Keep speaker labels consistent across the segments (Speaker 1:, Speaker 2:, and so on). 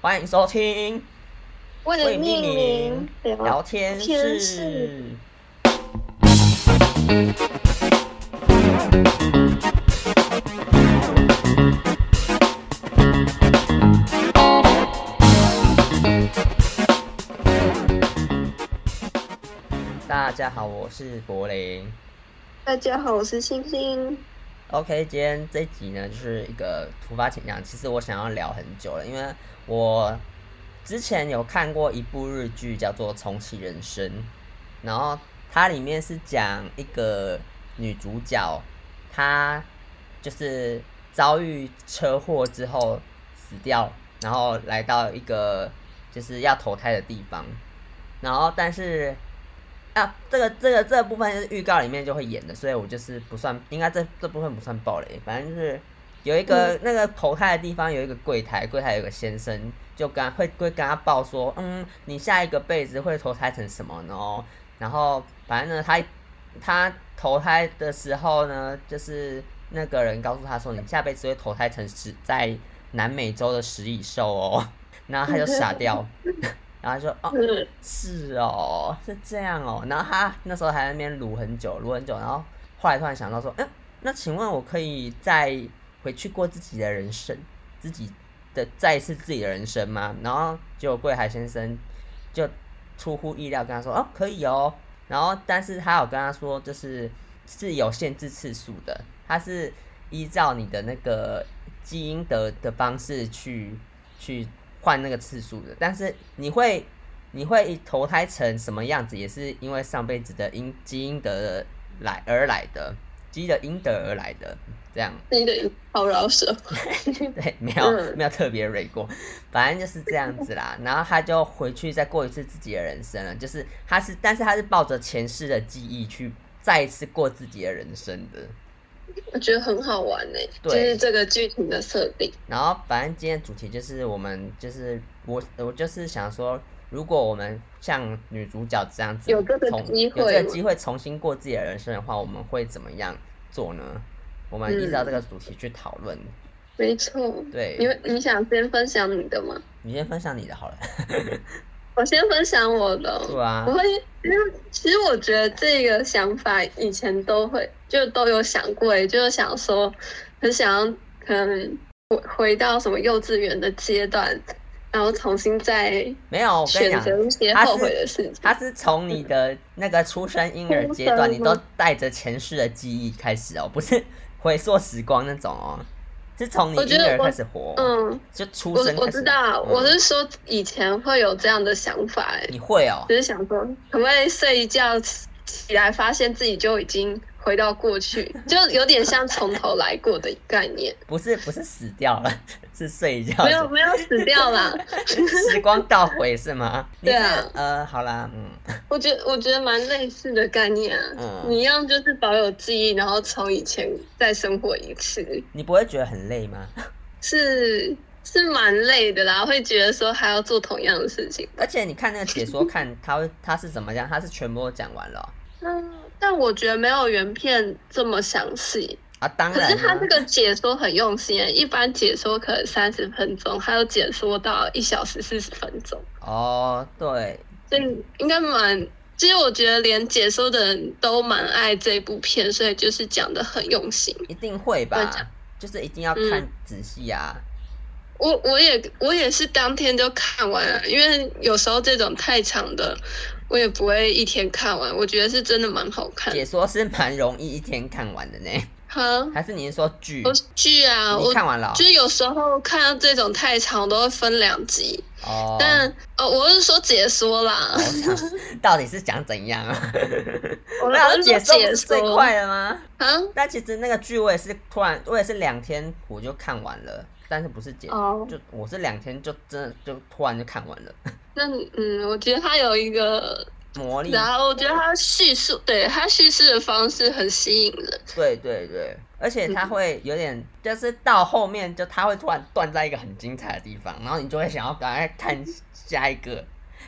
Speaker 1: 欢迎收听
Speaker 2: 为了
Speaker 1: 未
Speaker 2: 命
Speaker 1: 命
Speaker 2: 名
Speaker 1: 名
Speaker 2: 啊
Speaker 1: 聊天
Speaker 2: 天
Speaker 1: 室
Speaker 2: 室。
Speaker 1: 大家好，我是柏林。
Speaker 2: 大家好，我是星星。
Speaker 1: OK，今天这一集呢，就是一个突发情况。其实我想要聊很久了，因为我之前有看过一部日剧，叫做《重启人生》，然后它里面是讲一个女主角，她就是遭遇车祸之后死掉，然后来到一个就是要投胎的地方，然后但是啊，这个这个这个部分是预告里面就会演的，所以我就是不算，应该这这部分不算暴雷，反正就是有一个、那个投胎的地方有一个柜台，柜台有个先生就跟他会会跟他报说，嗯，你下一个辈子会投胎成什么呢？然后反正呢，他他投胎的时候呢，就是那个人告诉他说，你下辈子会投胎成食在南美洲的食蚁兽哦， 然后他就傻掉， 然后他说哦，
Speaker 2: 嗯，
Speaker 1: 是哦，是这样哦。然后他那时候还在那边撸很久，撸很久，然后后来突然想到说，嗯，那请问我可以再回去过自己的人生，自己的再一次自己的人生吗？然后结果贵海先生就出乎意料跟他说，哦，可以哦。然后但是他有跟他说，就是是有限制次数的，他是依照你的那个基因的的方式去去换那个次数的，但是你会你会投胎成什么样子，也是因为上辈子的因基因的来而来的，基因的因得而来的，这样
Speaker 2: 你的好饶舌。
Speaker 1: 对，没有没有特别蕊过，反正就是这样子啦。然后他就回去再过一次自己的人生了，就是他是，但是他是抱着前世的记忆去再一次过自己的人生的。
Speaker 2: 我觉得很好玩呢、就
Speaker 1: 对
Speaker 2: 是这个剧情的设定。
Speaker 1: 然后反正今天主题就是我们就是我我就是想说，如果我们像女主角这样子
Speaker 2: 有这个
Speaker 1: 重
Speaker 2: 机会
Speaker 1: 有这个
Speaker 2: 吗
Speaker 1: 机会重新过自己的人生的话，我们会怎么样做呢？我们依照这个主题去讨论。
Speaker 2: 没错。
Speaker 1: 对
Speaker 2: 你，会你想先分享你的吗？
Speaker 1: 你先分享你的好了。
Speaker 2: 我先分享我的。
Speaker 1: 对啊
Speaker 2: 我，会，因为其实我觉得这个想法以前都会就都有想过欸，就是想说很想要可能回回到什么幼稚园的阶段，然后重新再
Speaker 1: 没有，我跟你
Speaker 2: 选
Speaker 1: 讲，
Speaker 2: 择一些
Speaker 1: 他
Speaker 2: 后
Speaker 1: 是
Speaker 2: 悔的事情。
Speaker 1: 他是从你的那个出生婴儿阶段，你都带着前世的记忆开始哦，不是回溯时光那种哦，是从你
Speaker 2: 我觉
Speaker 1: 婴
Speaker 2: 得
Speaker 1: 儿
Speaker 2: 我
Speaker 1: 开始活，，
Speaker 2: 嗯，
Speaker 1: 就出
Speaker 2: 我
Speaker 1: 生开始。
Speaker 2: 我知道，
Speaker 1: 嗯
Speaker 2: 我是说以前会有这样的想法，哎，
Speaker 1: 你会哦，
Speaker 2: 只是想说可不可以睡一觉起起来，发现自己就已经回到过去，就有点像从头来过的概 念，
Speaker 1: 不是不是死掉了， 是睡觉，
Speaker 2: 没有没有死掉 啦。
Speaker 1: 时光倒回是吗？你
Speaker 2: 对
Speaker 1: 是
Speaker 2: 啊
Speaker 1: 呃，好啦，嗯，
Speaker 2: 我觉得我觉得蛮类似的概念啊，
Speaker 1: 嗯
Speaker 2: 你一样就是保有记忆，然后从以前再生活一次，
Speaker 1: 你不会觉得很累吗？
Speaker 2: 是是蛮累的啦，会觉得说还要做同样的事情。
Speaker 1: 而且你看那个解说，看他会他是怎么样，他是全部都讲完了哦、
Speaker 2: 嗯，但我觉得没有原片这么详细，
Speaker 1: 啊，当
Speaker 2: 可
Speaker 1: 然
Speaker 2: 是
Speaker 1: 啦，
Speaker 2: 他这个解说很用心欸耶，一般解说可能三十分钟，他有解说到一小时四十分钟，
Speaker 1: 哦，对，
Speaker 2: 所以应该蛮。其实我觉得连解说的人都蛮爱这部片，所以就是讲的很用心。
Speaker 1: 一定会
Speaker 2: 会
Speaker 1: 吧
Speaker 2: 讲，
Speaker 1: 就是一定要
Speaker 2: 嗯
Speaker 1: 看仔细啊。
Speaker 2: 我我也我也是当天就看完了，因为有时候这种太长的，我也不会一天看完。我觉得是真的蛮好看。
Speaker 1: 解说是蛮容易一天看完的呢，
Speaker 2: 哈，
Speaker 1: 还是你是说剧？
Speaker 2: 我剧啊，
Speaker 1: 你
Speaker 2: 我
Speaker 1: 看完了哦
Speaker 2: 就是有时候看到这种太长，我都会分两集。
Speaker 1: 哦？
Speaker 2: 但呃，我是说解说啦
Speaker 1: 我，想 到底是讲怎样啊？
Speaker 2: 哦 我
Speaker 1: 那
Speaker 2: 是
Speaker 1: 解
Speaker 2: 说
Speaker 1: 说不
Speaker 2: 解
Speaker 1: 是最
Speaker 2: 说
Speaker 1: 快了吗？
Speaker 2: 啊。
Speaker 1: 但其实那个剧我也是突然，我也是两天我就看完了，但是不是解，
Speaker 2: 哦，
Speaker 1: 就我是两天就真的就突然就看完 了，
Speaker 2: 那嗯，我觉得他有一个，
Speaker 1: 魔力，
Speaker 2: 然后我觉得他叙述，对他叙事的方式很吸引人。
Speaker 1: 对对对，而且它会有点，就是到后面就它会突然断在一个很精彩的地方，然后你就会想要赶快看下一个，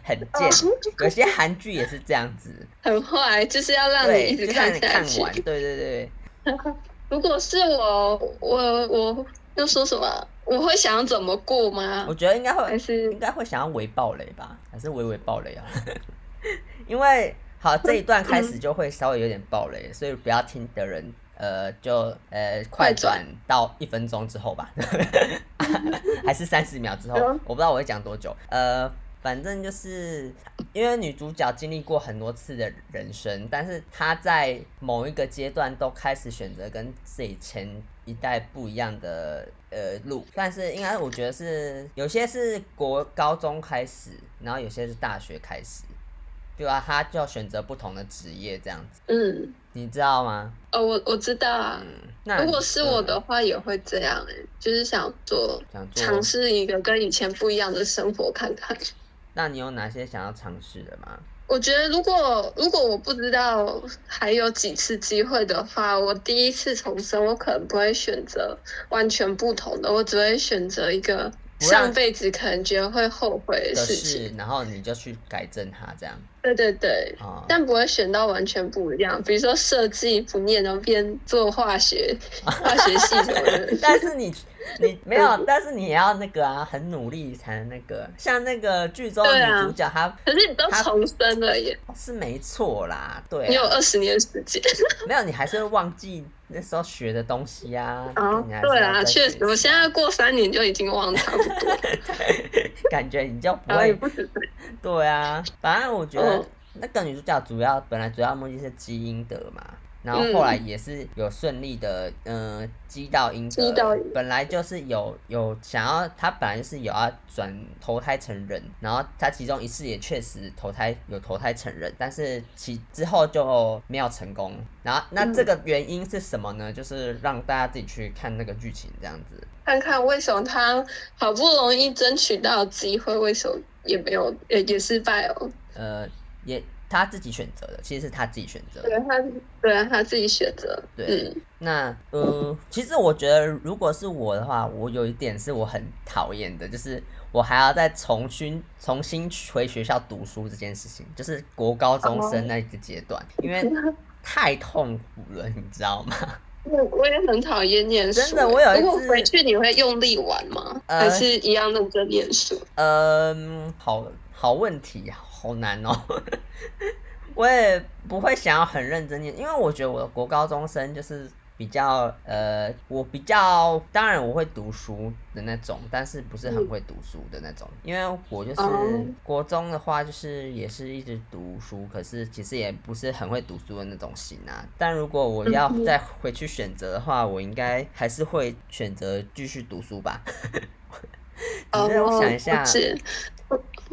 Speaker 1: 很
Speaker 2: 哦
Speaker 1: 贱。有些韩剧也是这样子，
Speaker 2: 很坏，就是要让你
Speaker 1: 对，
Speaker 2: 一直
Speaker 1: 就
Speaker 2: 看
Speaker 1: 看你
Speaker 2: 下
Speaker 1: 看
Speaker 2: 去。
Speaker 1: 完，对对对，
Speaker 2: 如果是我，我我又说什么？我会想怎么过吗
Speaker 1: 我？觉得应该
Speaker 2: 还
Speaker 1: 会
Speaker 2: 是
Speaker 1: 应该会想要围暴雷吧，还是微微暴 雷啊？因为好这一段开始就会稍微有点暴雷，所以不要听的人呃就呃快转到一分钟之后吧，还是三十秒之后，
Speaker 2: 嗯
Speaker 1: 我不知道我会讲多久。呃，反正就是因为女主角经历过很多次的人生，但是她在某一个阶段都开始选择跟自己前一代不一样的呃路，但是应该我觉得是有些是国高中开始，然后有些是大学开始，对吧、她就要选择不同的职业这样子，
Speaker 2: 嗯，
Speaker 1: 你知道吗？
Speaker 2: 哦，我我知道啊。
Speaker 1: 嗯，那
Speaker 2: 如果是我的
Speaker 1: 嗯哦
Speaker 2: 话，也会这样哎、就是想做
Speaker 1: 想做
Speaker 2: 尝试一个跟以前不一样的生活看看。
Speaker 1: 那你有哪些想要尝试的吗？
Speaker 2: 我觉得，如果如果我不知道还有几次机会的话，我第一次重生，我可能不会选择完全不同的，我只会选择一个
Speaker 1: 不让
Speaker 2: 上辈子可能觉得会后悔的
Speaker 1: 的
Speaker 2: 事情。
Speaker 1: 事，然后你就去改正它这样
Speaker 2: 对对对，
Speaker 1: 啊。
Speaker 2: 但不会选到完全不一样。比如说设计不念，然后变做化学、化学系什么的。
Speaker 1: 但是你你没 有，但是你也要那个啊，很努力才能那个。像那个剧中
Speaker 2: 对啊
Speaker 1: 女主角，她、
Speaker 2: 可是你都重生了耶，
Speaker 1: 是没错啦，对啊、
Speaker 2: 你有二十年时间。
Speaker 1: 没有你还是会忘记那时候学的东西啊。
Speaker 2: 哦
Speaker 1: 你还，是
Speaker 2: 对
Speaker 1: 要
Speaker 2: 啊，
Speaker 1: 再
Speaker 2: 确
Speaker 1: 学
Speaker 2: 实
Speaker 1: 习，
Speaker 2: 我现在过三年就已经忘得 差不多了，
Speaker 1: 感觉你就不
Speaker 2: 然后也
Speaker 1: 会
Speaker 2: 不止
Speaker 1: 对啊，反正我觉得
Speaker 2: 嗯
Speaker 1: 那个女主角主要本来主要目的是积阴德嘛，然后后来也是有顺利的，嗯、呃，积到阴德。
Speaker 2: 积到阴
Speaker 1: 本来就是有有想要，她本来就是有要转投胎成人，然后她其中一次也确实投胎有投胎成人，但是其之后就没有成功。然后那这个原因是什么
Speaker 2: 嗯
Speaker 1: 呢？就是让大家自己去看那个剧情这样子。
Speaker 2: 看看为什么他好不容易争取到机会，为什么也没有，也也失败哦？
Speaker 1: 呃，也她自己选择的，其实是她自己选择的
Speaker 2: 对。他，对啊，他自己选择。
Speaker 1: 对，那嗯，其实我觉得，如果是我的话，我有一点是我很讨厌的，就是我还要再重新重新回学校读书这件事情，就是国高中生那个阶段，因为
Speaker 2: 嗯，
Speaker 1: 太痛苦了，你知道吗？
Speaker 2: 我我也很讨厌念书。
Speaker 1: 真的我有一
Speaker 2: 如果
Speaker 1: 次
Speaker 2: 回去你会用力玩吗？
Speaker 1: 呃
Speaker 2: 还是一样认真念书？
Speaker 1: 嗯，好好问题，好难哦。 我也不会想要很认真念，因为我觉得我的国高中生就是比较呃，我比较当然我会读书的那种，但是不是很会读书的那种，因为我就是
Speaker 2: 哦
Speaker 1: 国中的话，就是也是一直读书，可是其实也不是很会读书的那种型啊。但如果我要
Speaker 2: 嗯哼
Speaker 1: 再回去选择的话，我应该还是会选择继续读书吧。
Speaker 2: 哦，
Speaker 1: 只是我想一下
Speaker 2: 不是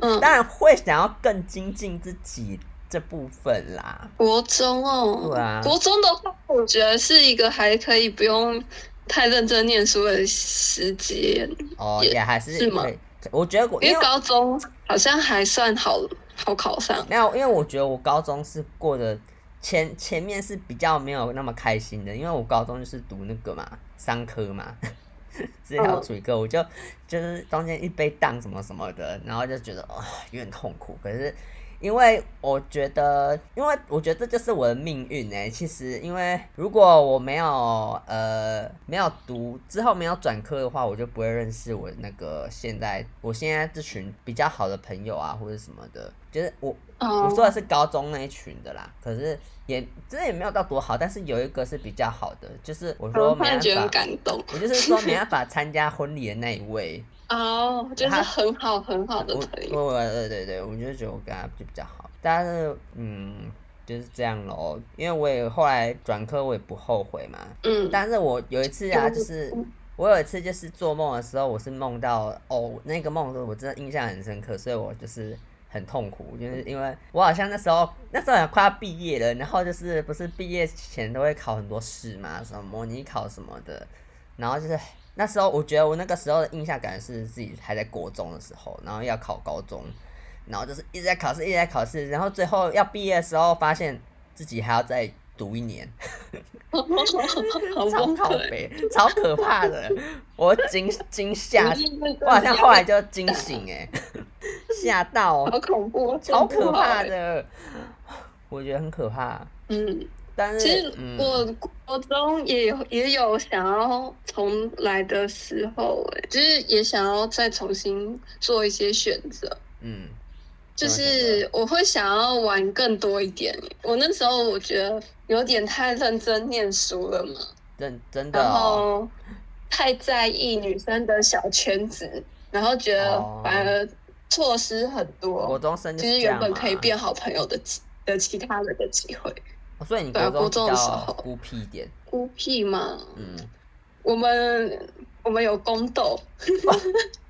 Speaker 2: 嗯，
Speaker 1: 当然会想要更精进自己这部分啦。
Speaker 2: 国中哦，
Speaker 1: 对啊
Speaker 2: 国中的话，我觉得是一个还可以不用太认真念书的时间，
Speaker 1: 哦，
Speaker 2: 也
Speaker 1: 也还是
Speaker 2: 是吗
Speaker 1: 可以我觉得我
Speaker 2: 因
Speaker 1: 因
Speaker 2: 为
Speaker 1: 为
Speaker 2: 高中好像还算好好考上。
Speaker 1: 没有，因为我觉得我高中是过得前前面是比较没有那么开心的，因为我高中就是读那个嘛商科嘛， 治疗主科，我就就是中间一被当什么什么的，然后就觉得啊、有点痛苦，可是。因为我觉得，因为我觉得这就是我的命运哎、其实，因为如果我没有呃没有读之后没有转科的话，我就不会认识我那个现在我现在这群比较好的朋友啊，或者什么的。就是我
Speaker 2: 哦
Speaker 1: 我，说的是高中那一群的啦，可是也真的也没有到多好，但是有一个是比较好的，就是我说
Speaker 2: 哦我突
Speaker 1: 没
Speaker 2: 然觉得
Speaker 1: 办
Speaker 2: 很
Speaker 1: 法，
Speaker 2: 感动
Speaker 1: 我就是说没办法参加婚礼的那一位，
Speaker 2: 哦，就是
Speaker 1: 他
Speaker 2: 很好很 好的
Speaker 1: 我
Speaker 2: 朋友。
Speaker 1: 我我对对对，我就觉得我跟他就比较好，但是嗯就是这样咯，因为我也后来转科我也不后悔嘛，
Speaker 2: 嗯，
Speaker 1: 但是我有一次啊，
Speaker 2: 嗯
Speaker 1: 就是我有一次就是做梦的时候，我是梦到哦，那个梦我真的印象很深刻，所以我就是很痛苦，就是因为我好像那时候那时候也快要毕业了，然后就是不是毕业前都会考很多试嘛，什么模拟考什么的，然后就是那时候我觉得我那个时候的印象感是自己还在国中的时候，然后要考高中，然后就是一直在考试，一直在考试，然后最后要毕业的时候发现自己还要再读一年。
Speaker 2: 好
Speaker 1: 超
Speaker 2: 崩
Speaker 1: 靠
Speaker 2: 溃。
Speaker 1: 北，超可怕 的，我惊惊吓
Speaker 2: 你，是那个
Speaker 1: 我好像后来就惊醒哎、吓到
Speaker 2: 好
Speaker 1: 哦，
Speaker 2: 恐怖，啊
Speaker 1: 超
Speaker 2: 真
Speaker 1: 可
Speaker 2: 不好
Speaker 1: 怕
Speaker 2: 欸。
Speaker 1: 的，我觉得很可怕。
Speaker 2: 嗯，
Speaker 1: 但
Speaker 2: 其
Speaker 1: 是
Speaker 2: 实，
Speaker 1: 嗯，
Speaker 2: 我国中也有也有想要重来的时候、欸，哎，就是也想要再重新做一些选择。
Speaker 1: 嗯，
Speaker 2: 就
Speaker 1: 怎么选
Speaker 2: 是
Speaker 1: 择
Speaker 2: 我会想要玩更多一点。欸我那时候我觉得有点太认真念书了嘛，
Speaker 1: 真真的
Speaker 2: 然
Speaker 1: 哦，
Speaker 2: 后太在意女生的小圈子，然后觉得
Speaker 1: 哦
Speaker 2: 反而错失很
Speaker 1: 国
Speaker 2: 多，
Speaker 1: 中生就
Speaker 2: 就是是
Speaker 1: 这
Speaker 2: 原
Speaker 1: 样啊
Speaker 2: 本可以
Speaker 1: 嘛
Speaker 2: 变好朋友的机的其他人的机会。
Speaker 1: 哦所以你
Speaker 2: 对啊
Speaker 1: 国
Speaker 2: 国中
Speaker 1: 中比
Speaker 2: 的时
Speaker 1: 较
Speaker 2: 候
Speaker 1: 孤僻一点，
Speaker 2: 孤僻嘛，
Speaker 1: 嗯，
Speaker 2: 我们我们有宫斗，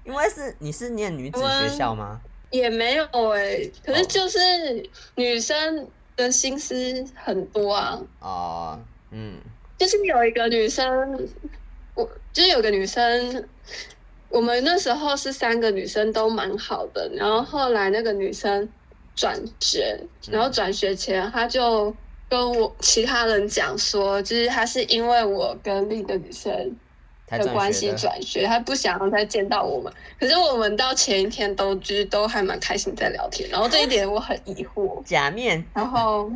Speaker 1: 因为是你是念女子
Speaker 2: 我
Speaker 1: 学
Speaker 2: 们
Speaker 1: 校吗？
Speaker 2: 也没有哎、可
Speaker 1: 哦
Speaker 2: 是就是女生的心思很多啊，
Speaker 1: 哦，嗯，
Speaker 2: 就是有一个女生，我就是有个女生，我们那时候是三个女生都蛮好的，然后后来那个女生转学，然后转学前她就跟我其他人讲说，就是她是因为我跟另一个女生
Speaker 1: 才
Speaker 2: 的
Speaker 1: 转
Speaker 2: 关
Speaker 1: 学
Speaker 2: 系
Speaker 1: 的
Speaker 2: 转学，她不想要再见到我们。可是我们到前一天都就是都还蛮开心在聊天，然后这一点我很疑惑。
Speaker 1: 假面，
Speaker 2: 然后，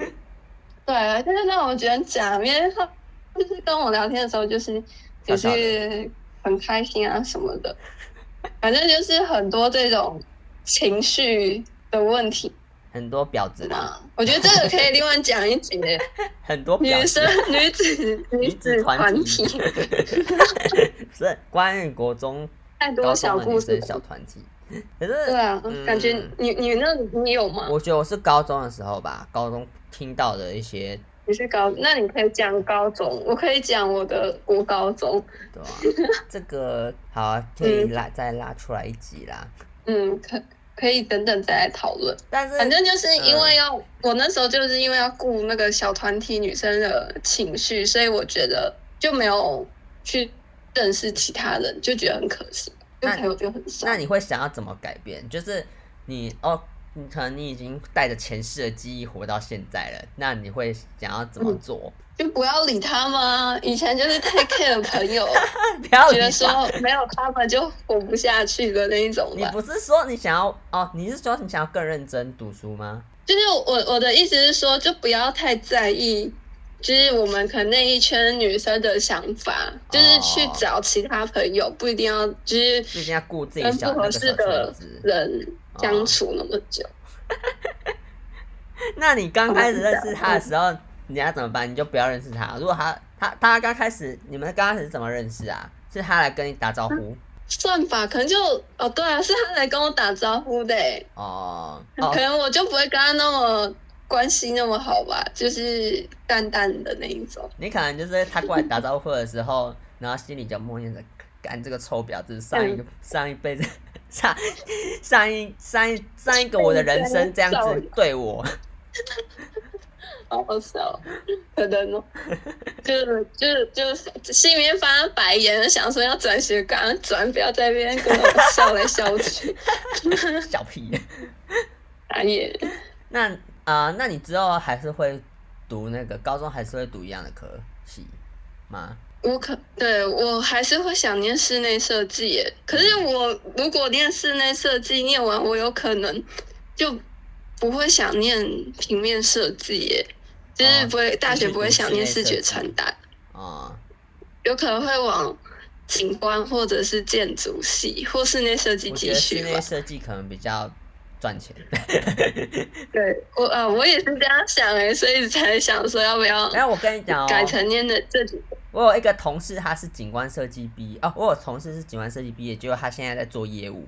Speaker 2: 对，就是让我觉得很假面，因为他就是跟我聊天的时候，就是
Speaker 1: 笑
Speaker 2: 也
Speaker 1: 笑的
Speaker 2: 是很开心啊什么的，反正就是很多这种情绪的问题
Speaker 1: 很多婊子啦，
Speaker 2: 嘛。我觉得这个可以另外讲一 集，
Speaker 1: 很多婊
Speaker 2: 女
Speaker 1: 子
Speaker 2: 生、女子、女
Speaker 1: 子
Speaker 2: 子
Speaker 1: 团
Speaker 2: 团
Speaker 1: 体
Speaker 2: 体，
Speaker 1: 是关于国中
Speaker 2: 太多
Speaker 1: 高
Speaker 2: 小
Speaker 1: 中的
Speaker 2: 故
Speaker 1: 女
Speaker 2: 事
Speaker 1: 生。小团体，可是
Speaker 2: 对啊，
Speaker 1: 嗯
Speaker 2: 感觉你你那你有吗？
Speaker 1: 我觉得我是高中的时候吧，高中听到的一些，
Speaker 2: 你是高，那你可以讲高中，我可以讲我的国高中，
Speaker 1: 对 吧、这个好啊、可以
Speaker 2: 嗯
Speaker 1: 拉、再拉出来一集啦。
Speaker 2: 嗯，可可以等等再来讨论。
Speaker 1: 但是
Speaker 2: 反正就是因为要，我那时候就是因为要顾那个小团体女生的情绪，所以我觉得就没有去认识其他人，就觉得很可惜，就
Speaker 1: 那
Speaker 2: 朋友就很少
Speaker 1: 那。你会想要怎么改变？就是你哦，你可能你已经带着前世的记忆活到现在了，那你会想要怎么
Speaker 2: 嗯
Speaker 1: 做？
Speaker 2: 就不要理他嘛。以前就是太 care 朋友，
Speaker 1: 不要
Speaker 2: 觉
Speaker 1: 理
Speaker 2: 得
Speaker 1: 他。
Speaker 2: 说没有他们就活不下去的那一种
Speaker 1: 你
Speaker 2: 吧。
Speaker 1: 不是说你想要哦？你是说你想要更认真读书吗？
Speaker 2: 就是我我的意思是说，就不要太在意。就是我们可能那一圈女生的想法，就是去
Speaker 1: 哦
Speaker 2: 找其他朋友，不一定要就是
Speaker 1: 最近要顾自己
Speaker 2: 跟
Speaker 1: 小那
Speaker 2: 不合
Speaker 1: 个
Speaker 2: 适
Speaker 1: 小
Speaker 2: 的
Speaker 1: 圈子。
Speaker 2: 人相处那么久，
Speaker 1: 那你刚开始认识他的时候，你要怎么办？你就不要认识他。如果他他他刚开始，你们刚开始是怎么认识啊？是他来跟你打招
Speaker 2: 嗯
Speaker 1: 呼
Speaker 2: 算吧，可能就哦，对啊，是他来跟我打招呼的欸，
Speaker 1: 哦哦
Speaker 2: 可能我就不会跟他那么关系那么好吧，就是淡淡的那一种。
Speaker 1: 你可能就是他过来打招呼的时候，然后心里就默念着：“干这个臭婊子，上
Speaker 2: 嗯
Speaker 1: 一个、上一辈子，上上一上一上一个我的人生这样子对我。
Speaker 2: 好好笑，可能哦，就是就是就是心里面翻白眼，想说要转学赶快转，不要在那边跟我笑来笑去，”
Speaker 1: 小屁。
Speaker 2: 打眼。
Speaker 1: 那啊、呃那你之后还是会读那个高中，还是会读一样的科系吗？
Speaker 2: 我可对我还是会想念室内设计耶，可是
Speaker 1: 嗯
Speaker 2: 我如果念室内设计念完，我有可能就不会想念平面设计耶，
Speaker 1: 哦
Speaker 2: 就是不会、大学不会想念视觉传达，
Speaker 1: 啊、
Speaker 2: 有可能会往景观或者是建筑系或室内设计
Speaker 1: 我觉
Speaker 2: 继
Speaker 1: 得
Speaker 2: 续
Speaker 1: 室内
Speaker 2: 吧。
Speaker 1: 设计可能比较赚钱，
Speaker 2: 对我啊、我也是这样想哎，所以才想说要不要
Speaker 1: 然后我跟你讲哦，
Speaker 2: 改成念的这几
Speaker 1: 我有一个同事，他是景观设计毕业哦，我有同事是景观设计毕业，结果他现在在做业务，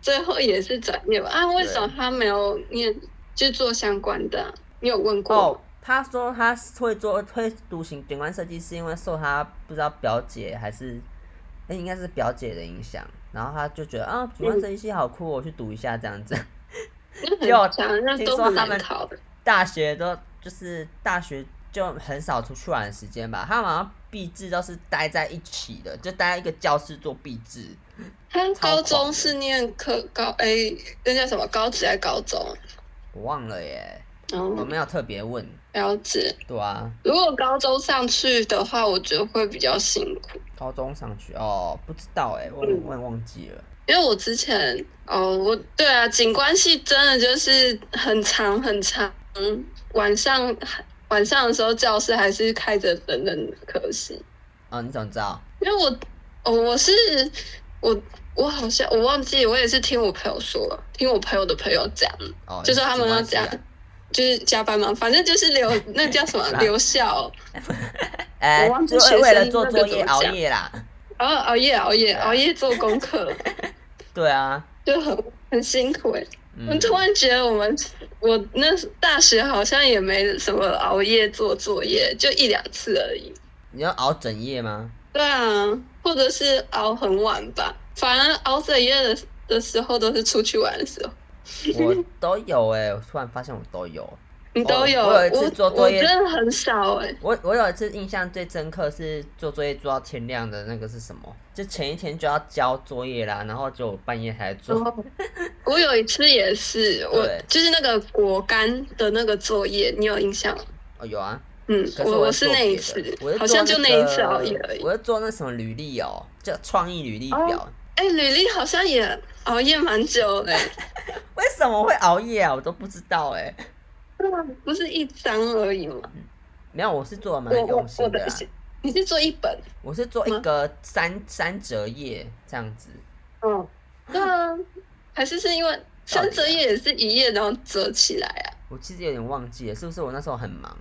Speaker 2: 最后也是转业吧？啊，为
Speaker 1: 对
Speaker 2: 什么他没有念就做相关的啊、你有问过吗？
Speaker 1: 哦，他说他会做会读景景观设计，是因为受他不知道表姐还是，哎、应该是表姐的影响，然后他就觉得啊，景
Speaker 2: 嗯
Speaker 1: 观设计系好酷，哦我去读一下这样子。
Speaker 2: 那很强，那
Speaker 1: 啊听
Speaker 2: 都
Speaker 1: 说
Speaker 2: 很
Speaker 1: 他
Speaker 2: 难
Speaker 1: 们
Speaker 2: 考的。
Speaker 1: 大学都就是大学就很少出去玩的时间吧，他们好像毕制都是待在一起的，就待在一个教室做毕制。
Speaker 2: 他
Speaker 1: 超
Speaker 2: 高
Speaker 1: 狂的
Speaker 2: 中是念科高，哎、那叫什么高职还高中啊？
Speaker 1: 我忘了耶，我
Speaker 2: 哦，
Speaker 1: 没有特别问。
Speaker 2: 了解。
Speaker 1: 对啊，
Speaker 2: 如果高中上去的话，我觉得会比较辛苦，
Speaker 1: 高中上去哦，不知道哎，我
Speaker 2: 嗯
Speaker 1: 我也忘记了。
Speaker 2: 因为我之前哦，我对啊，景观系真的就是很长很长，嗯晚上晚上的时候教室还是开着冷冷的，可惜。
Speaker 1: 哦，你怎么知道？
Speaker 2: 因为我，哦，我是我，我好像我忘记，我也是听我朋友说，听我朋友的朋友讲，
Speaker 1: 哦，
Speaker 2: 就说他们要
Speaker 1: 这样
Speaker 2: 加。就是加班嘛，反正就是留那叫什么留校，
Speaker 1: 哎，
Speaker 2: 我忘记
Speaker 1: 就
Speaker 2: 学
Speaker 1: 为为了
Speaker 2: 生
Speaker 1: 做
Speaker 2: 那个
Speaker 1: 作
Speaker 2: 怎
Speaker 1: 业
Speaker 2: 么
Speaker 1: 熬
Speaker 2: 讲
Speaker 1: 夜啦。
Speaker 2: 然后熬夜熬夜熬夜做功课，
Speaker 1: 对 啊，
Speaker 2: 就很很辛苦哎、我
Speaker 1: 嗯，
Speaker 2: 突然觉得我们我那大学好像也没什么熬夜做作业，就一两次而已。
Speaker 1: 你要熬整夜 吗？
Speaker 2: 对啊，或者是熬很晚吧，反而熬整夜的的时候都是出去玩的时候。
Speaker 1: 我都有哎、我突然发现我都有。
Speaker 2: 你都有，
Speaker 1: 哦我有一次做作业哦
Speaker 2: 我真的很少哎、
Speaker 1: 我我有一次印象最深刻是做作业做到天亮的那个是什么？就前一天就要交作业啦，然后就我半夜才做。
Speaker 2: 哦我有一次也是，我
Speaker 1: 对
Speaker 2: 就是那个果干的那个作业，你有印象吗？
Speaker 1: 哦，有啊，
Speaker 2: 嗯，
Speaker 1: 可
Speaker 2: 我
Speaker 1: 是
Speaker 2: 我
Speaker 1: 是
Speaker 2: 是
Speaker 1: 做
Speaker 2: 那一
Speaker 1: 别
Speaker 2: 次
Speaker 1: 的，我是
Speaker 2: 好
Speaker 1: 做
Speaker 2: 像就
Speaker 1: 那
Speaker 2: 那一次
Speaker 1: 个
Speaker 2: 熬夜而已。
Speaker 1: 我是做那什么履历哦，叫创意履历表。
Speaker 2: 哎、履历好像也熬夜蛮久的、欸
Speaker 1: 为什么会熬夜啊？我都不知道哎、
Speaker 2: 不是一张而已吗？
Speaker 1: 没有，我是做的蛮
Speaker 2: 我
Speaker 1: 用
Speaker 2: 我
Speaker 1: 心
Speaker 2: 我
Speaker 1: 的啦啊
Speaker 2: 的。是，你是做一本？
Speaker 1: 我是做一个三三折页这样子。
Speaker 2: 嗯，对啊，还是是因为三
Speaker 1: 啊
Speaker 2: 折页也是一页，然后折起来啊？
Speaker 1: 我其实有点忘记了，是不是我那时候很忙，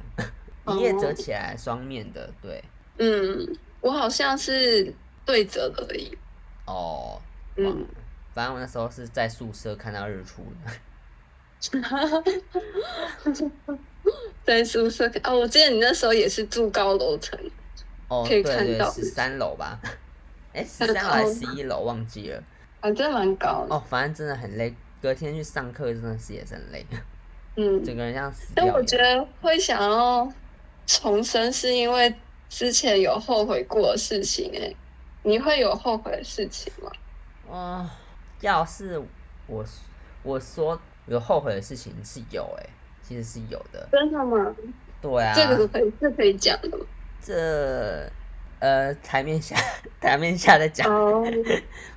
Speaker 2: 哦
Speaker 1: 一页折起来双面的，对，
Speaker 2: 嗯，我好像是对折的而已。
Speaker 1: 哦，
Speaker 2: 嗯，
Speaker 1: 反正我那时候是在宿舍看到日出的。
Speaker 2: 在宿舍看哦，我记得你那时候也是住高楼层，
Speaker 1: 哦，
Speaker 2: 可以
Speaker 1: 对
Speaker 2: 看
Speaker 1: 对，
Speaker 2: 到
Speaker 1: 十三楼吧？ 哎，十三楼还是十一楼忘记了。
Speaker 2: 反正蛮高的。
Speaker 1: 哦，反正真的很累，隔天去上课真的是也是很累，
Speaker 2: 嗯，
Speaker 1: 整个人像死掉
Speaker 2: 但
Speaker 1: 一
Speaker 2: 我
Speaker 1: 样。
Speaker 2: 觉得会想要重生，是因为之前有后悔过的事情、哎，你会有后悔的事情吗？
Speaker 1: 哦，要是我我说有后悔的事情是有哎、其实是有的。
Speaker 2: 真的吗？
Speaker 1: 对啊，
Speaker 2: 这个可以，这可以讲的吗？
Speaker 1: 这呃台面下 台面下在讲，
Speaker 2: 哦，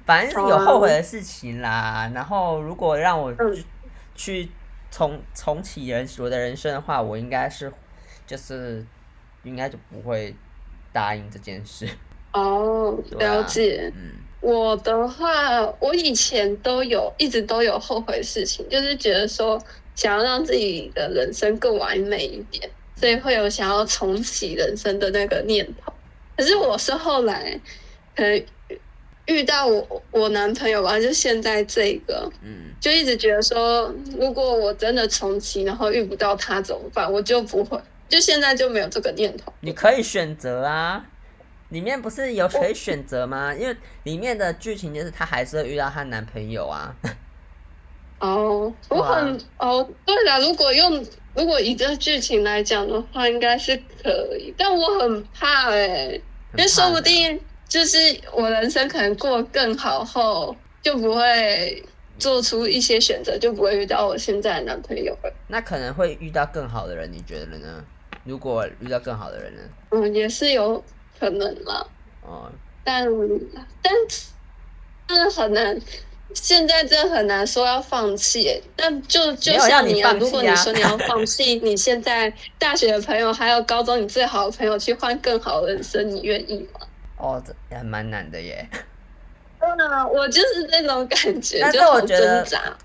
Speaker 1: 反正是有
Speaker 2: 好啊
Speaker 1: 后悔的事情啦。然后如果让我
Speaker 2: 嗯
Speaker 1: 去去重重启人我的人生的话，我应该是就是应该就不会答应这件事。
Speaker 2: 哦，
Speaker 1: 对啊
Speaker 2: 了解。
Speaker 1: 嗯，
Speaker 2: 我的话，我以前都有，一直都有后悔的事情，就是觉得说想要让自己的人生更完美一点，所以会有想要重启人生的那个念头。可是我是后来，可能遇到我我男朋友啊吧，就现在这个，
Speaker 1: 嗯，
Speaker 2: 就一直觉得说，如果我真的重启，然后遇不到他怎么办？我就不会，就现在就没有这个念头。
Speaker 1: 你可以选择啊。里面不是有可以选择吗？因为里面的剧情就是她还是会遇到她男朋友 啊。
Speaker 2: 哦，我很哦，对了，如果用如果以这剧情来讲的话，应该是可以，但我很怕哎、因为说不定就是我人生可能过得更好后，就不会做出一些选择，就不会遇到我现在的男朋友了。
Speaker 1: 那可能会遇到更好的人，你觉得呢？如果遇到更好的人呢？
Speaker 2: 嗯，也是有可能啦，
Speaker 1: 哦，
Speaker 2: 但但真的很难。现在真的很难说要放弃欸，但就就
Speaker 1: 没有让
Speaker 2: 像
Speaker 1: 你
Speaker 2: 一样，
Speaker 1: 放弃啊
Speaker 2: 如果你说你要放弃你现在大学的朋友，还有高中你最好的朋友去换更好的人生，你愿意吗？
Speaker 1: 哦，这也蛮难的耶。
Speaker 2: 真的吗？我就是这种感觉，
Speaker 1: 但是
Speaker 2: 就好
Speaker 1: 我觉得
Speaker 2: 挣扎。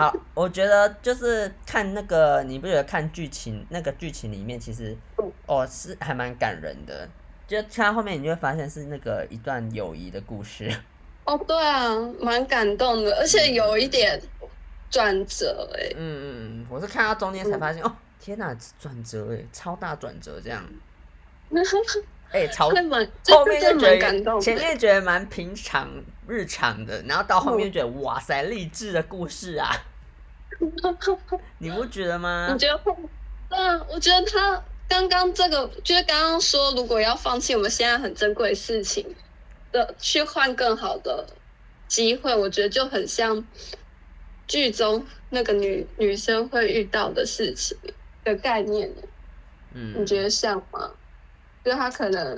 Speaker 1: 好，我觉得就是看那个，你不觉得看剧情那个剧情里面，其实
Speaker 2: 嗯
Speaker 1: 哦是还蛮感人的。就看到后面，你就会发现是那个一段友谊的故事。
Speaker 2: 哦，对啊，蛮感动的，而且有一点转折哎、
Speaker 1: 嗯 嗯嗯，我是看到中间才发现，哦，天哪，转折哎，超大转折这样，
Speaker 2: 嗯
Speaker 1: 哎、超
Speaker 2: 会蛮
Speaker 1: 后
Speaker 2: 就
Speaker 1: 面就
Speaker 2: 是真的
Speaker 1: 觉
Speaker 2: 蛮感动
Speaker 1: 得
Speaker 2: 的，
Speaker 1: 前 面觉得蛮平常日常的，然后到后
Speaker 2: 嗯
Speaker 1: 面就觉得哇塞，励志的故事啊，你不觉得吗
Speaker 2: 我？觉得会，嗯，我觉得他刚刚这个，就是刚刚说，如果要放弃我们现在很珍贵的事情的，去换更好的机会，我觉得就很像剧中那个女女生会遇到的事情的概念。
Speaker 1: 嗯，
Speaker 2: 你觉得像吗？就是她可能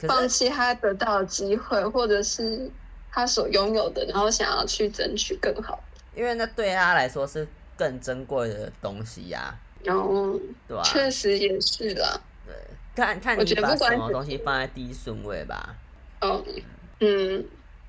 Speaker 1: 可
Speaker 2: 放
Speaker 1: 是
Speaker 2: 弃她得到的机会，或者是她所拥有的，然后想要去争取更好。
Speaker 1: 因为那对他来说是更珍贵的东西呀、
Speaker 2: 然后
Speaker 1: 对吧、
Speaker 2: 确实也是啦。
Speaker 1: 对，看看
Speaker 2: 我
Speaker 1: 你
Speaker 2: 觉得
Speaker 1: 把
Speaker 2: 不管
Speaker 1: 什么
Speaker 2: 是
Speaker 1: 东西放在第一顺位吧。
Speaker 2: 哦，嗯，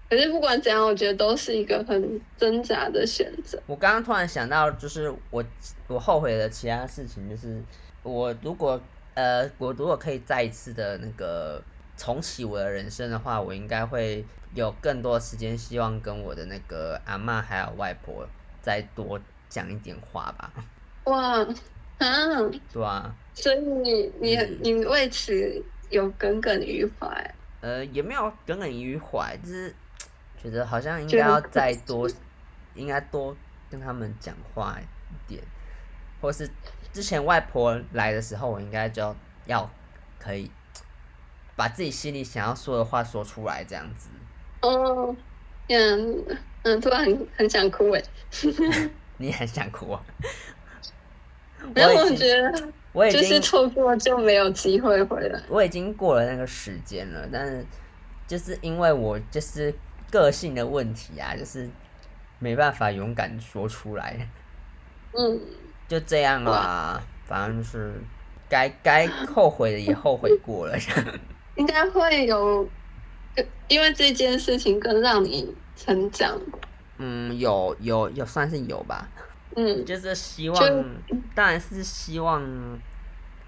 Speaker 2: 可是不管怎样，我觉得都是一个很挣扎的选择。
Speaker 1: 我刚刚突然想到，就是我我后悔的其他事情，就是我如果呃，我如果可以再一次的那个重启我的人生的话，我应该会有更多时间，希望跟我的那个阿嬷还有外婆再多讲一点话吧，
Speaker 2: 哇，啊，
Speaker 1: 对啊，
Speaker 2: 所以你你
Speaker 1: 嗯
Speaker 2: 你为此有耿耿于怀，
Speaker 1: 呃，也没有耿耿于怀，就是
Speaker 2: 嗯
Speaker 1: 觉得好像应该要再多， 应该多跟他们讲话一点，或是之前外婆来的时候，我应该就要可以把自己心里想要说的话说出来，这样子。
Speaker 2: 哦，嗯嗯，突然很很想哭哎，
Speaker 1: 你也很想哭 啊？我
Speaker 2: 然后我
Speaker 1: 已
Speaker 2: 觉
Speaker 1: 经，
Speaker 2: 得
Speaker 1: 我已
Speaker 2: 就是
Speaker 1: 经，
Speaker 2: 错过就没有机会回来。
Speaker 1: 我已经过了那个时间了，但是就是因为我就是个性的问题啊，就是没办法勇敢说出来。
Speaker 2: 嗯，
Speaker 1: 就这样啦，反正就是该该后悔的也后悔过 了。
Speaker 2: 应该会有，呃因为这件事情更让你成长。
Speaker 1: 嗯，有有有，算是有吧。
Speaker 2: 嗯
Speaker 1: 就是希
Speaker 2: 就
Speaker 1: 望，当然是希望。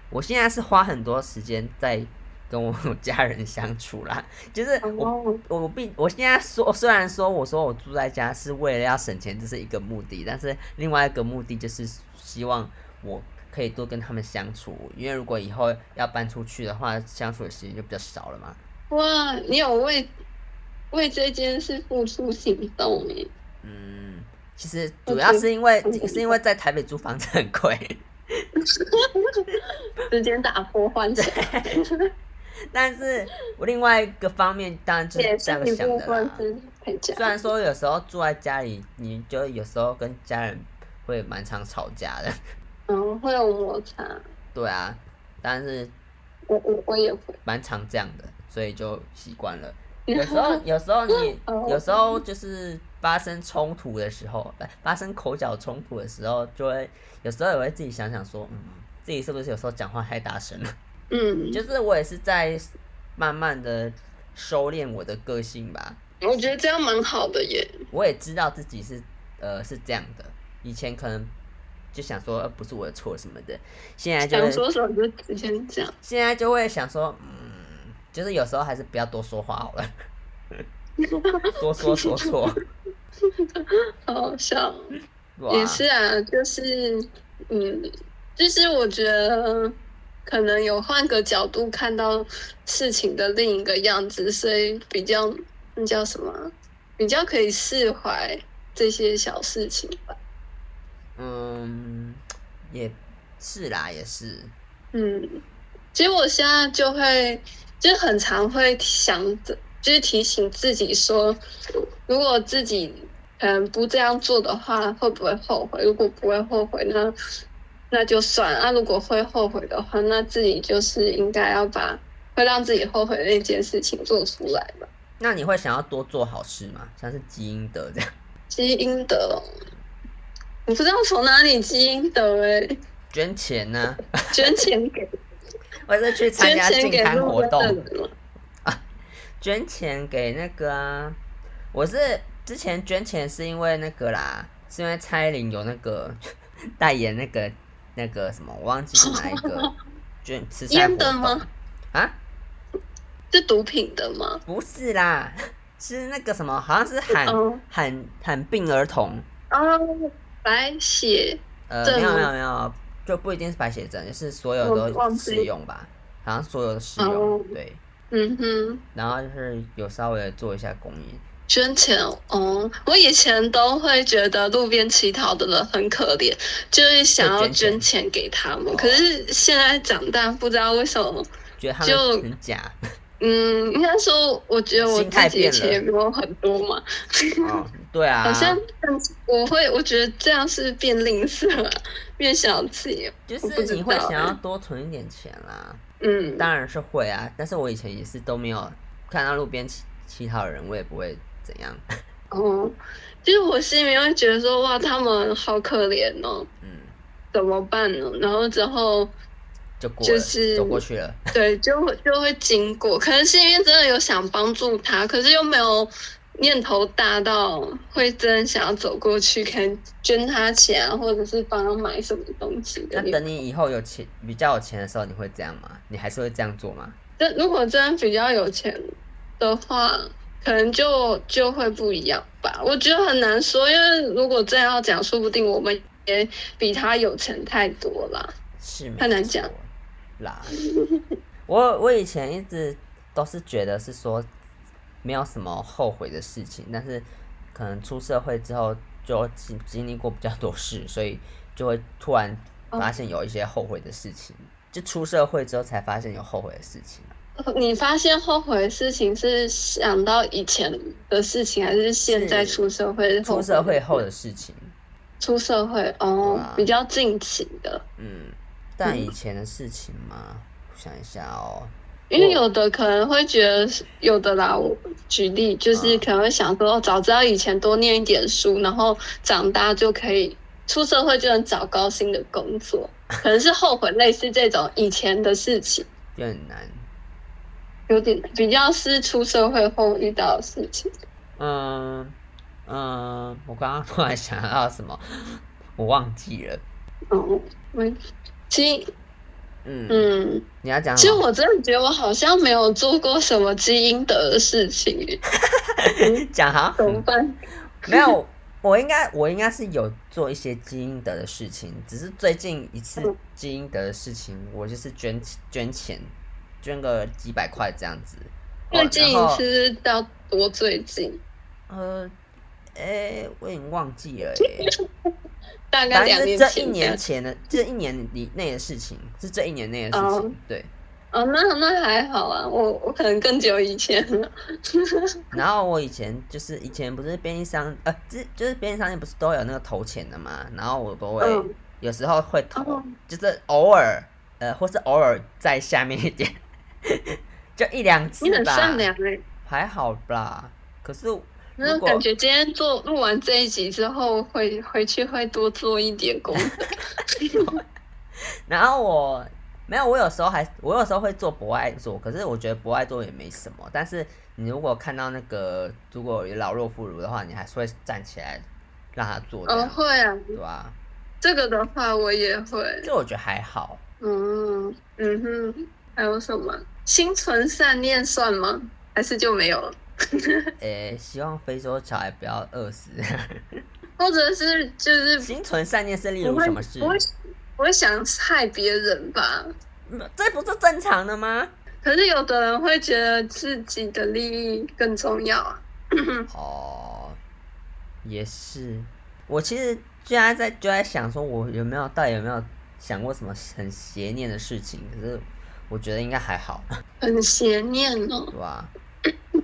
Speaker 1: 我现在是花很多时间在跟我家人相处啦，就是我
Speaker 2: 哦，
Speaker 1: 我并我现在说，虽然说我说我住在家是为了要省钱，这是一个目的，但是另外一个目的就是希望我可以多跟他们相处，因为如果以后要搬出去的话，相处的时间就比较少了嘛。
Speaker 2: 哇，你有为为这件事付出行动哎，
Speaker 1: 嗯，其实主要是因为
Speaker 2: 嗯
Speaker 1: 是因为在台北租房子很贵，
Speaker 2: 直接打破 幻想，
Speaker 1: 但是我另外一个方面当然就是
Speaker 2: 也
Speaker 1: 这
Speaker 2: 是
Speaker 1: 样
Speaker 2: 一
Speaker 1: 想
Speaker 2: 部
Speaker 1: 的
Speaker 2: 分
Speaker 1: 啦。
Speaker 2: 是陪家。
Speaker 1: 虽然说有时候住在家里，你就有时候跟家人会蛮常吵架的，
Speaker 2: 嗯，会有摩擦，
Speaker 1: 对啊，但是
Speaker 2: 我我我也会。
Speaker 1: 蛮常这样的，所以就习惯 了。有时候，有时候你
Speaker 2: 哦，
Speaker 1: 有时候就是发生冲突的时候，呃发生口角冲突的时候，就会有时候也会自己想想说，嗯，自己是不是有时候讲话太大 声了？啊
Speaker 2: 嗯，
Speaker 1: 就是我也是在慢慢的收敛我的个性吧。
Speaker 2: 我觉得这样蛮好的耶。
Speaker 1: 我也知道自己是呃是这样的，以前可能就想说、呃、不是我的错什么的，现在就
Speaker 2: 想
Speaker 1: 会
Speaker 2: 说什么就直接讲。
Speaker 1: 现在就会想说，嗯，就是有时候还是不要多说话好 了，多说多错，
Speaker 2: 好好笑。
Speaker 1: 哇，
Speaker 2: 也是啊，就是嗯，就是我觉得可能有换个角度看到事情的另一个样子，所以比较那叫什么啊，比较可以释怀这些小事情吧。
Speaker 1: 嗯，也是啦，也是，
Speaker 2: 嗯，其实我现在就会，就很常会想着，就是提醒自己说，如果自己嗯不这样做的话，会不会后悔？如果不会后悔，那那就算了；那、如果会后悔的话，那自己就是应该要把会让自己后悔的那件事情做出来吧，
Speaker 1: 那你会想要多做好事吗？像是积阴德这样，
Speaker 2: 积阴德哦。我不知道从哪里积阴德哎、
Speaker 1: 捐钱呢、
Speaker 2: 捐钱给
Speaker 1: 或者去参
Speaker 2: 捐
Speaker 1: 加
Speaker 2: 钱
Speaker 1: 净
Speaker 2: 给
Speaker 1: 摊
Speaker 2: 路
Speaker 1: 活
Speaker 2: 边
Speaker 1: 动
Speaker 2: 的。人嘛
Speaker 1: 捐钱给那个啊，我是之前捐钱是因为那个啦，是因为蔡依林有那个 代言那个那个什么，我忘记是哪一 个捐慈善活
Speaker 2: 烟的
Speaker 1: 动
Speaker 2: 吗？
Speaker 1: 啊？
Speaker 2: 是毒品的吗？
Speaker 1: 不是啦，是那个什么，好像是喊、
Speaker 2: 哦
Speaker 1: 喊喊病儿童，
Speaker 2: 哦，白血，
Speaker 1: 呃，
Speaker 2: 症
Speaker 1: 没有
Speaker 2: 吗
Speaker 1: 没有没有，就不一定是白血症，就是所有
Speaker 2: 我忘
Speaker 1: 都
Speaker 2: 记
Speaker 1: 适用吧，好像所有都适
Speaker 2: 哦
Speaker 1: 用，对，
Speaker 2: 嗯哼，
Speaker 1: 然后就是有稍微做一下公益，
Speaker 2: 捐钱哦。我以前都会觉得路边乞讨的人很可怜，就是想要
Speaker 1: 就捐
Speaker 2: 捐钱给他
Speaker 1: 哦
Speaker 2: 们。可是现在长大，不知道为什么，
Speaker 1: 觉得他
Speaker 2: 就
Speaker 1: 们很假。
Speaker 2: 嗯，应该说，我觉得我
Speaker 1: 心态
Speaker 2: 自己的
Speaker 1: 变了
Speaker 2: 钱也没有很多嘛，
Speaker 1: 哦，对啊，
Speaker 2: 好像嗯我会，我觉得这样是变吝啬了，变小气。
Speaker 1: 就
Speaker 2: 我不
Speaker 1: 是
Speaker 2: 知
Speaker 1: 你会
Speaker 2: 道
Speaker 1: 想要
Speaker 2: 欸
Speaker 1: 多存一点钱啦，
Speaker 2: 嗯，
Speaker 1: 当然是会啊，但是我以前也是都没有看到路边乞乞讨的人，我也不会怎样，
Speaker 2: 哦，就是我心里面会觉得说，哇，他们好可怜哦。
Speaker 1: 嗯，
Speaker 2: 怎么办呢？然后之后
Speaker 1: 就过了，
Speaker 2: 就是
Speaker 1: 走过去了。
Speaker 2: 对，就会就会经过，可能心里面真的有想帮助他，可是又没有念头大到会真的想要走过去，可能捐他钱啊，或者是帮他买什么东西的
Speaker 1: 那。等你以后有钱，比较有钱的时候，你会这样吗？你还是会这样做吗？
Speaker 2: 但如果真的比较有钱的话，可能就就会不一样吧。我觉得很难说，因为如果真的要讲，说不定我们也比他有钱太多啦。
Speaker 1: 是
Speaker 2: 太难讲
Speaker 1: 没错啦。我我以前一直都是觉得是说没有什么后悔的事情，但是可能出社会之后就经经历过比较多事，所以就会突然
Speaker 2: 哦
Speaker 1: 发现有一些后悔的事情。就出社会之后才发现有后悔的事情，啊
Speaker 2: 呃你发现后悔的事情是想到以前的事情，还是现在
Speaker 1: 是
Speaker 2: 出社会后
Speaker 1: 出
Speaker 2: 悔
Speaker 1: 社会后的事情。
Speaker 2: 出社会哦
Speaker 1: 对，啊
Speaker 2: 比较近期的，
Speaker 1: 嗯，但以前的事情嘛，我想一下哦。
Speaker 2: 因为有的可能会觉得是有的啦。我举例就是
Speaker 1: 啊
Speaker 2: 可能会想说，哦，早知道以前多念一点书，然后长大就可以出社会就能找高薪的工作，可能是后悔类似这种以前的事情，
Speaker 1: 有点难。
Speaker 2: 有点比较是出社会后遇到的事情。
Speaker 1: 嗯嗯，我刚刚突然想到什么，我忘记了。
Speaker 2: 嗯，没其实
Speaker 1: 嗯，
Speaker 2: 嗯。
Speaker 1: 你要讲
Speaker 2: 其
Speaker 1: 什
Speaker 2: 实
Speaker 1: 么？
Speaker 2: 我真的觉得我好像没有做过什么积阴德的事情耶，
Speaker 1: 讲哈，
Speaker 2: 怎么办？
Speaker 1: 没有，我应该我应该是有做一些积阴德的事情，只是最近一次
Speaker 2: 嗯
Speaker 1: 积阴德的事情，我就是捐捐钱，捐个几百块这样子。哦
Speaker 2: 最近
Speaker 1: 然后
Speaker 2: 一次到多最近，
Speaker 1: 呃，诶，我已经忘记了诶。
Speaker 2: 大概
Speaker 1: 反
Speaker 2: 两
Speaker 1: 正
Speaker 2: 年
Speaker 1: 是
Speaker 2: 前
Speaker 1: 这一年
Speaker 2: 的
Speaker 1: 前的，这一年以内的事情，是这一年内的事情。
Speaker 2: 哦
Speaker 1: 对，
Speaker 2: 哦，那那还好啊，我我可能更久以前了。
Speaker 1: 然后我以前就是以前不是便利商呃，之就是便利商店不是都有那个投钱的嘛，然后我都会、
Speaker 2: 嗯
Speaker 1: 有时候会投，
Speaker 2: 哦
Speaker 1: 就是偶尔呃，或是偶尔在下面一点， 就一两次
Speaker 2: 你很
Speaker 1: 吧，
Speaker 2: 善良哎，
Speaker 1: 还好吧。可是
Speaker 2: 那
Speaker 1: 如果
Speaker 2: 感觉今天做录完这一集之后，回回去会多做一点功 课。
Speaker 1: 然后我没有，我有时候还我有时候会做博爱座，可是我觉得博爱座也没什么。但是你如果看到那个如果有老弱妇孺的话，你还是会站起来让他坐这
Speaker 2: 哦，
Speaker 1: 样，
Speaker 2: 会啊，
Speaker 1: 对吧？
Speaker 2: 这个的话我也会。
Speaker 1: 这我觉得还好。
Speaker 2: 嗯嗯哼，还有什么？心存善念算吗？还是就没有了？
Speaker 1: 诶，希望非洲小孩不要饿死。
Speaker 2: 或者是就是
Speaker 1: 心存善念是例
Speaker 2: 不
Speaker 1: 如
Speaker 2: 会
Speaker 1: 什么事
Speaker 2: 不？会不会想害别人吧？
Speaker 1: 嗯这不是正常的吗？
Speaker 2: 可是有的人会觉得自己的利益更重要啊。
Speaker 1: 哦，也是。我其实现在在就在想，说我有没有到底有没有想过什么很邪念的事情？可是我觉得应该还 好，
Speaker 2: 很邪念哦，
Speaker 1: 对吧？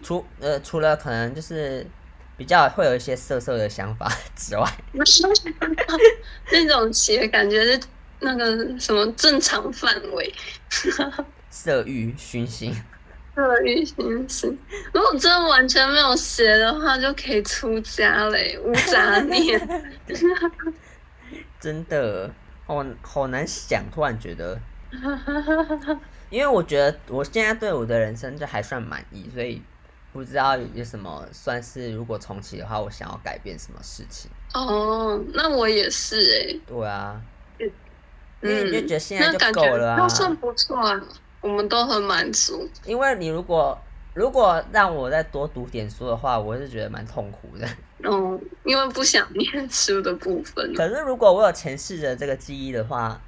Speaker 1: 除呃除了可能就是比较会有一些色色的想法之外，
Speaker 2: 那种邪感觉是那个什么正常范围，
Speaker 1: 色欲、熏心，
Speaker 2: 恶欲心思。如果真的完全没有邪的话，就可以出家嘞，无杂 念。
Speaker 1: 真的好好难想。突然觉 得，因为我觉得我现在对我的人生就还算满意，所以不知道有什么算是如果重启的话，我想要改变什么事情。
Speaker 2: 哦，那我也是哎、
Speaker 1: 对啊，
Speaker 2: 嗯
Speaker 1: 因为你就觉得现在
Speaker 2: 那感
Speaker 1: 就
Speaker 2: 觉
Speaker 1: 够了啊
Speaker 2: 那。算不错啊，我们都很满足。
Speaker 1: 因为你如果如果让我再多读点书的话，我是觉得蛮痛苦的。
Speaker 2: 哦，因为不想念书的部分，
Speaker 1: 可是如果我有前世的这个记忆的话，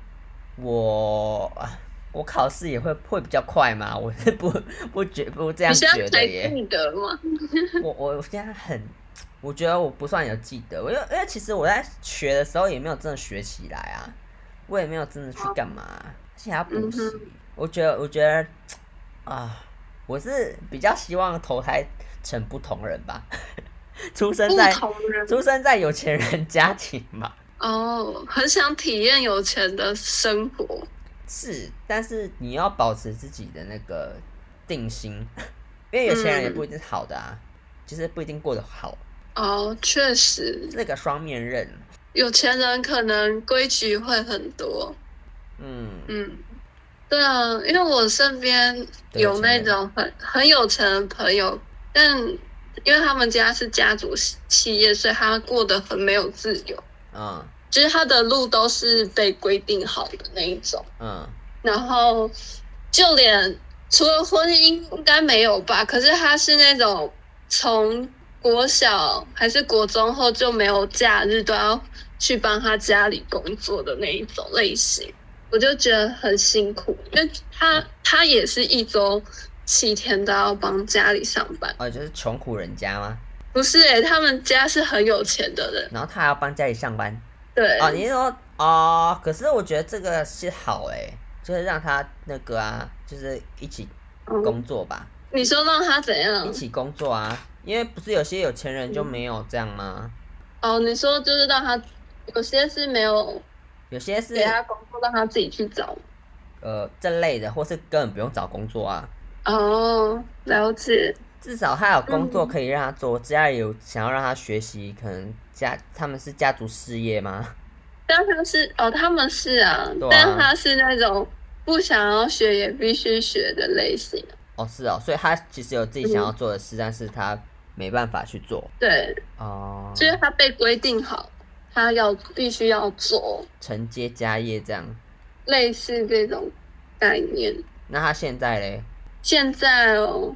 Speaker 1: 我啊我考试也会会比较快嘛。我是不不觉不这样
Speaker 2: 你现
Speaker 1: 觉
Speaker 2: 在
Speaker 1: 得
Speaker 2: 才
Speaker 1: 耶。
Speaker 2: 记得吗？
Speaker 1: 我我现在很，我觉得我不算有记得，因为因为其实我在学的时候也没有真的学起来啊，我也没有真的去干嘛，而且还要补习
Speaker 2: 嗯。
Speaker 1: 我觉得我觉得啊，我是比较希望投胎成不同人吧， 出生
Speaker 2: 不
Speaker 1: 在
Speaker 2: 同人
Speaker 1: 出生在有钱人家庭嘛。
Speaker 2: 哦，很想体验有钱的生活。
Speaker 1: 是，但是你要保持自己的那个定心，因为有钱人也不一定是好的啊，就是不一定过得好，
Speaker 2: 哦，确实，
Speaker 1: 那个双面刃。
Speaker 2: 有钱人可能规矩会很多，
Speaker 1: 嗯，
Speaker 2: 嗯，对啊，因为我身边
Speaker 1: 对
Speaker 2: 有那
Speaker 1: 有钱人
Speaker 2: 种很很有钱的朋友，但因为他们家是家族企业，所以他过得很没有自由，
Speaker 1: 嗯
Speaker 2: 就是他的路都是被规定好的那一种。
Speaker 1: 嗯
Speaker 2: 然后就连除了婚姻应该没有吧，可是他是那种从国小还是国中后就没有假日都要去帮他家里工作的那一种类型，我就觉得很辛苦，因为他他也是一周七天都要帮家里上班，
Speaker 1: 哦，就是穷苦人家吗？
Speaker 2: 不是诶、他们家是很有钱的人，
Speaker 1: 然后他还要帮家里上班
Speaker 2: 对，
Speaker 1: 哦，你是说哦？可是我觉得这个是好哎、就是让他那个啊，就是一起
Speaker 2: 嗯
Speaker 1: 工作吧，
Speaker 2: 你说让他怎样
Speaker 1: 一？起工作啊，因为不是有些有钱人就没有这样吗？
Speaker 2: 哦，你说就是让他有些是没有
Speaker 1: 有些是
Speaker 2: 给他工作，让他自己去找
Speaker 1: 呃这类的，或是根本不用找工作啊，
Speaker 2: 哦，了解。
Speaker 1: 至少他有工作
Speaker 2: 嗯
Speaker 1: 可以让他做。家里有想要让他学习，可能家他们是家族事业吗？
Speaker 2: 但他是哦，他们是啊，
Speaker 1: 对啊
Speaker 2: 但他是那种不想要学也必须学的类型。
Speaker 1: 哦，是哦，所以他其实有自己想要做的事，但是他没办法去做
Speaker 2: 对，
Speaker 1: 哦，
Speaker 2: 就是他被规定好，他要必须要做，
Speaker 1: 承接家业这样。
Speaker 2: 类似这种概念。
Speaker 1: 那他现在嘞？
Speaker 2: 现在哦，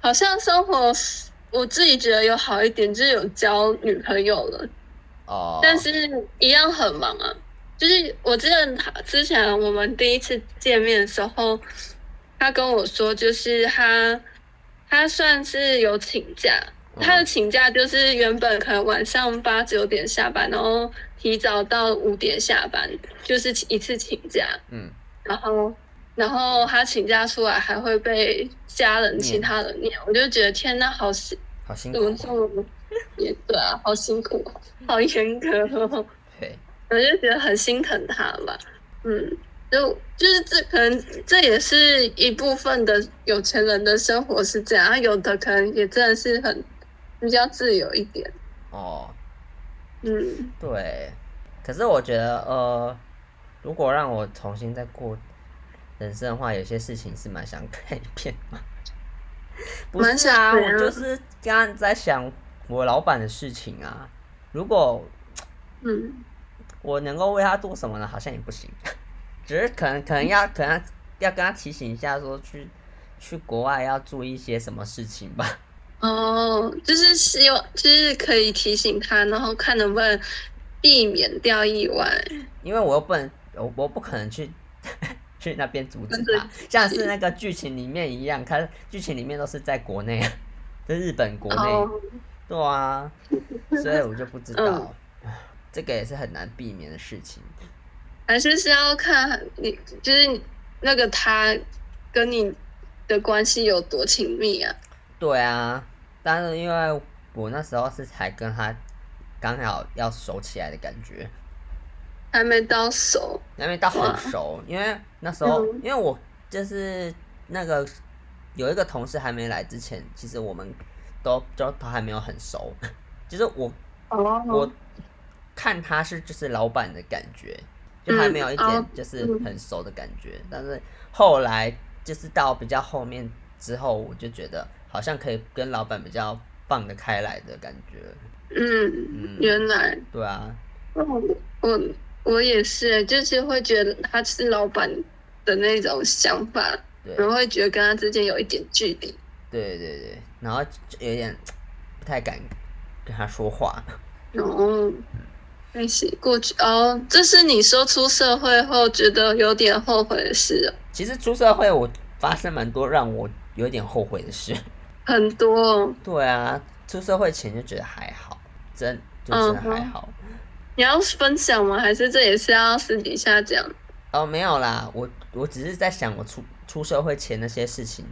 Speaker 2: 好像生活我自己觉得有好一点，就是有交女朋友了，
Speaker 1: 哦，
Speaker 2: 但是一样很忙啊。就是我记得他之前我们第一次见面的时候，他跟我说，就是他他算是有请假，
Speaker 1: 嗯
Speaker 2: 他的请假就是原本可能晚上八九点下班，然后提早到五点下班，就是一次请假。
Speaker 1: 嗯，
Speaker 2: 然后然后他请假出来还会被家人
Speaker 1: 念
Speaker 2: 其他人念，我就觉得天呐，好辛
Speaker 1: 好辛
Speaker 2: 怎么
Speaker 1: 苦，哦
Speaker 2: 这么也对啊，好辛苦，好严格、哦。
Speaker 1: 对，
Speaker 2: 我就觉得很心疼他吧。嗯，就就是这可能这也是一部分的有钱人的生活是这样，啊有的可能也真的是很比较自由一点。
Speaker 1: 哦，
Speaker 2: 嗯，
Speaker 1: 对。可是我觉得，呃，如果让我重新再过人生的话，有些事情是蛮想改变的。 不
Speaker 2: 蛮
Speaker 1: 是啊，
Speaker 2: 想怎
Speaker 1: 我
Speaker 2: 样
Speaker 1: 就是刚刚在想我老板的事情啊。如果
Speaker 2: 嗯，
Speaker 1: 我能够为他做什么呢？好像也不行， 只是可能可能要可能要跟他提醒一下说去去国外要注意一些什么事情吧。
Speaker 2: 哦，就是希望就是可以提醒他，然后看能不能避免掉意外。
Speaker 1: 因为我又不能，我我不可能去 去那边阻止
Speaker 2: 跟
Speaker 1: 他，像是那个剧情里面一样，他剧情里面都是在国内，啊 在日本国内，
Speaker 2: 哦，
Speaker 1: 对啊，所以我就不知道，
Speaker 2: 嗯
Speaker 1: 这个也是很难避免的事情。
Speaker 2: 还是是要看你就是那个他跟你的关系有多亲密啊。
Speaker 1: 对啊，但是因为我那时候是才跟他刚好要熟起来的感觉，
Speaker 2: 还没到手，
Speaker 1: 那边倒很熟，因为那时候、
Speaker 2: 嗯
Speaker 1: 因为我就是那个有一个同事还没来之前，其实我们都都都还没有很熟， 就是我
Speaker 2: 哦，
Speaker 1: 我看他是就是老板的感觉，就还没有一
Speaker 2: 哦嗯
Speaker 1: 点就是很熟的感觉，但是后来就是到比较后面之后，我就觉得好像可以跟老板比较放得开来的感觉，
Speaker 2: 嗯，
Speaker 1: 嗯，
Speaker 2: 原来，哦
Speaker 1: 对啊，
Speaker 2: 我我我也是，就是会觉得他是老板的那种想法，
Speaker 1: 对。
Speaker 2: 然后会觉得跟他之间有一点距离。
Speaker 1: 对对对，然后就有点不太敢跟他说话。
Speaker 2: 哦，那些过去哦，这是你说出社会后觉得有点后悔的事哦，
Speaker 1: 其实出社会，我发生蛮多让我有点后悔的事。
Speaker 2: 很多哦。
Speaker 1: 对啊，出社会前就觉得还好，真就真的还好。
Speaker 2: 嗯你要分享吗？还是这也是要私底下讲？
Speaker 1: 哦，没有啦，我我只是在想，我出出社会前那些事情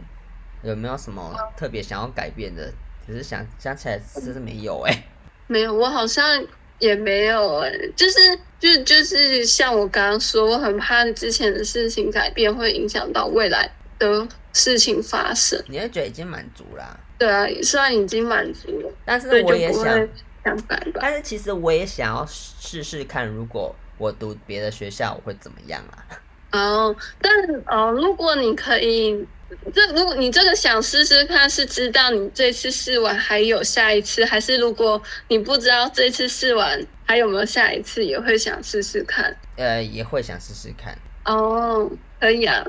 Speaker 1: 有没有什么特别想要改变的？只是想想起来，真是没有 哎、
Speaker 2: 没有，我好像也没有哎、就是就就是像我刚刚说，我很怕之前的事情改变会影响到未来的事情发生。
Speaker 1: 你会觉得已经满足啦、
Speaker 2: 对啊，虽然已经满足了，
Speaker 1: 但是
Speaker 2: 所以就
Speaker 1: 我也
Speaker 2: 不
Speaker 1: 想
Speaker 2: 会，相反吧。
Speaker 1: 但是其实我也想要试试看，如果我读别的学校，我会怎么样啊？
Speaker 2: 哦，但哦，如果你可以，这如果你这个想试试看，是知道你这次试完还有下一次，还是如果你不知道这次试完还有没有下一次，也会想试试看？
Speaker 1: 呃，也会想试试看，嗯
Speaker 2: 哦，可以啊。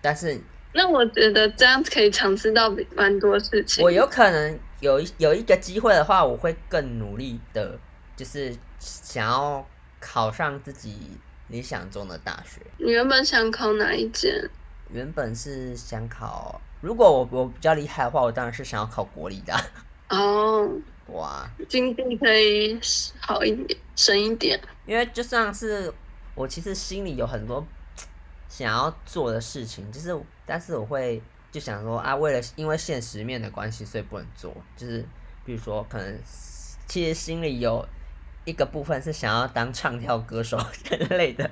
Speaker 1: 但是
Speaker 2: 那我觉得这样可以尝试到比蛮多事情。
Speaker 1: 我有可能有一有一个机会的话，我会更努力的，就是想要考上自己理想中的大学。
Speaker 2: 你原本想考哪一间？
Speaker 1: 原本是想考，如果我我比较厉害的话，我当然是想要考国立的。啊
Speaker 2: 哦，
Speaker 1: 哇，
Speaker 2: 经济可以好一点，省一点。
Speaker 1: 因为就像是我其实心里有很多想要做的事情，就是但是我会就想说啊，为了因为现实面的关系，所以不能做。就是比如说，可能其实心里有一个部分是想要当唱跳歌手之类的，